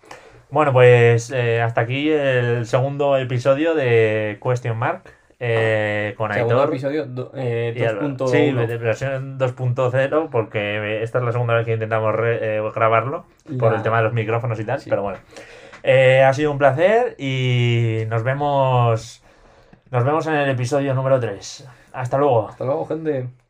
B: Bueno, pues eh, hasta aquí el segundo episodio de Question Mark eh, con
A: Segundo
B: Aitor.
A: episodio do- eh,
B: Y al-
A: 2.1.
B: Sí, de versión 2.0, porque eh, esta es la segunda vez que intentamos re- eh, grabarlo por
A: Ya.
B: el tema de los micrófonos y tal,
A: Sí.
B: pero bueno. Eh, ha sido un placer y nos vemos nos vemos en el episodio número 3. Hasta luego.
A: Hasta luego, gente.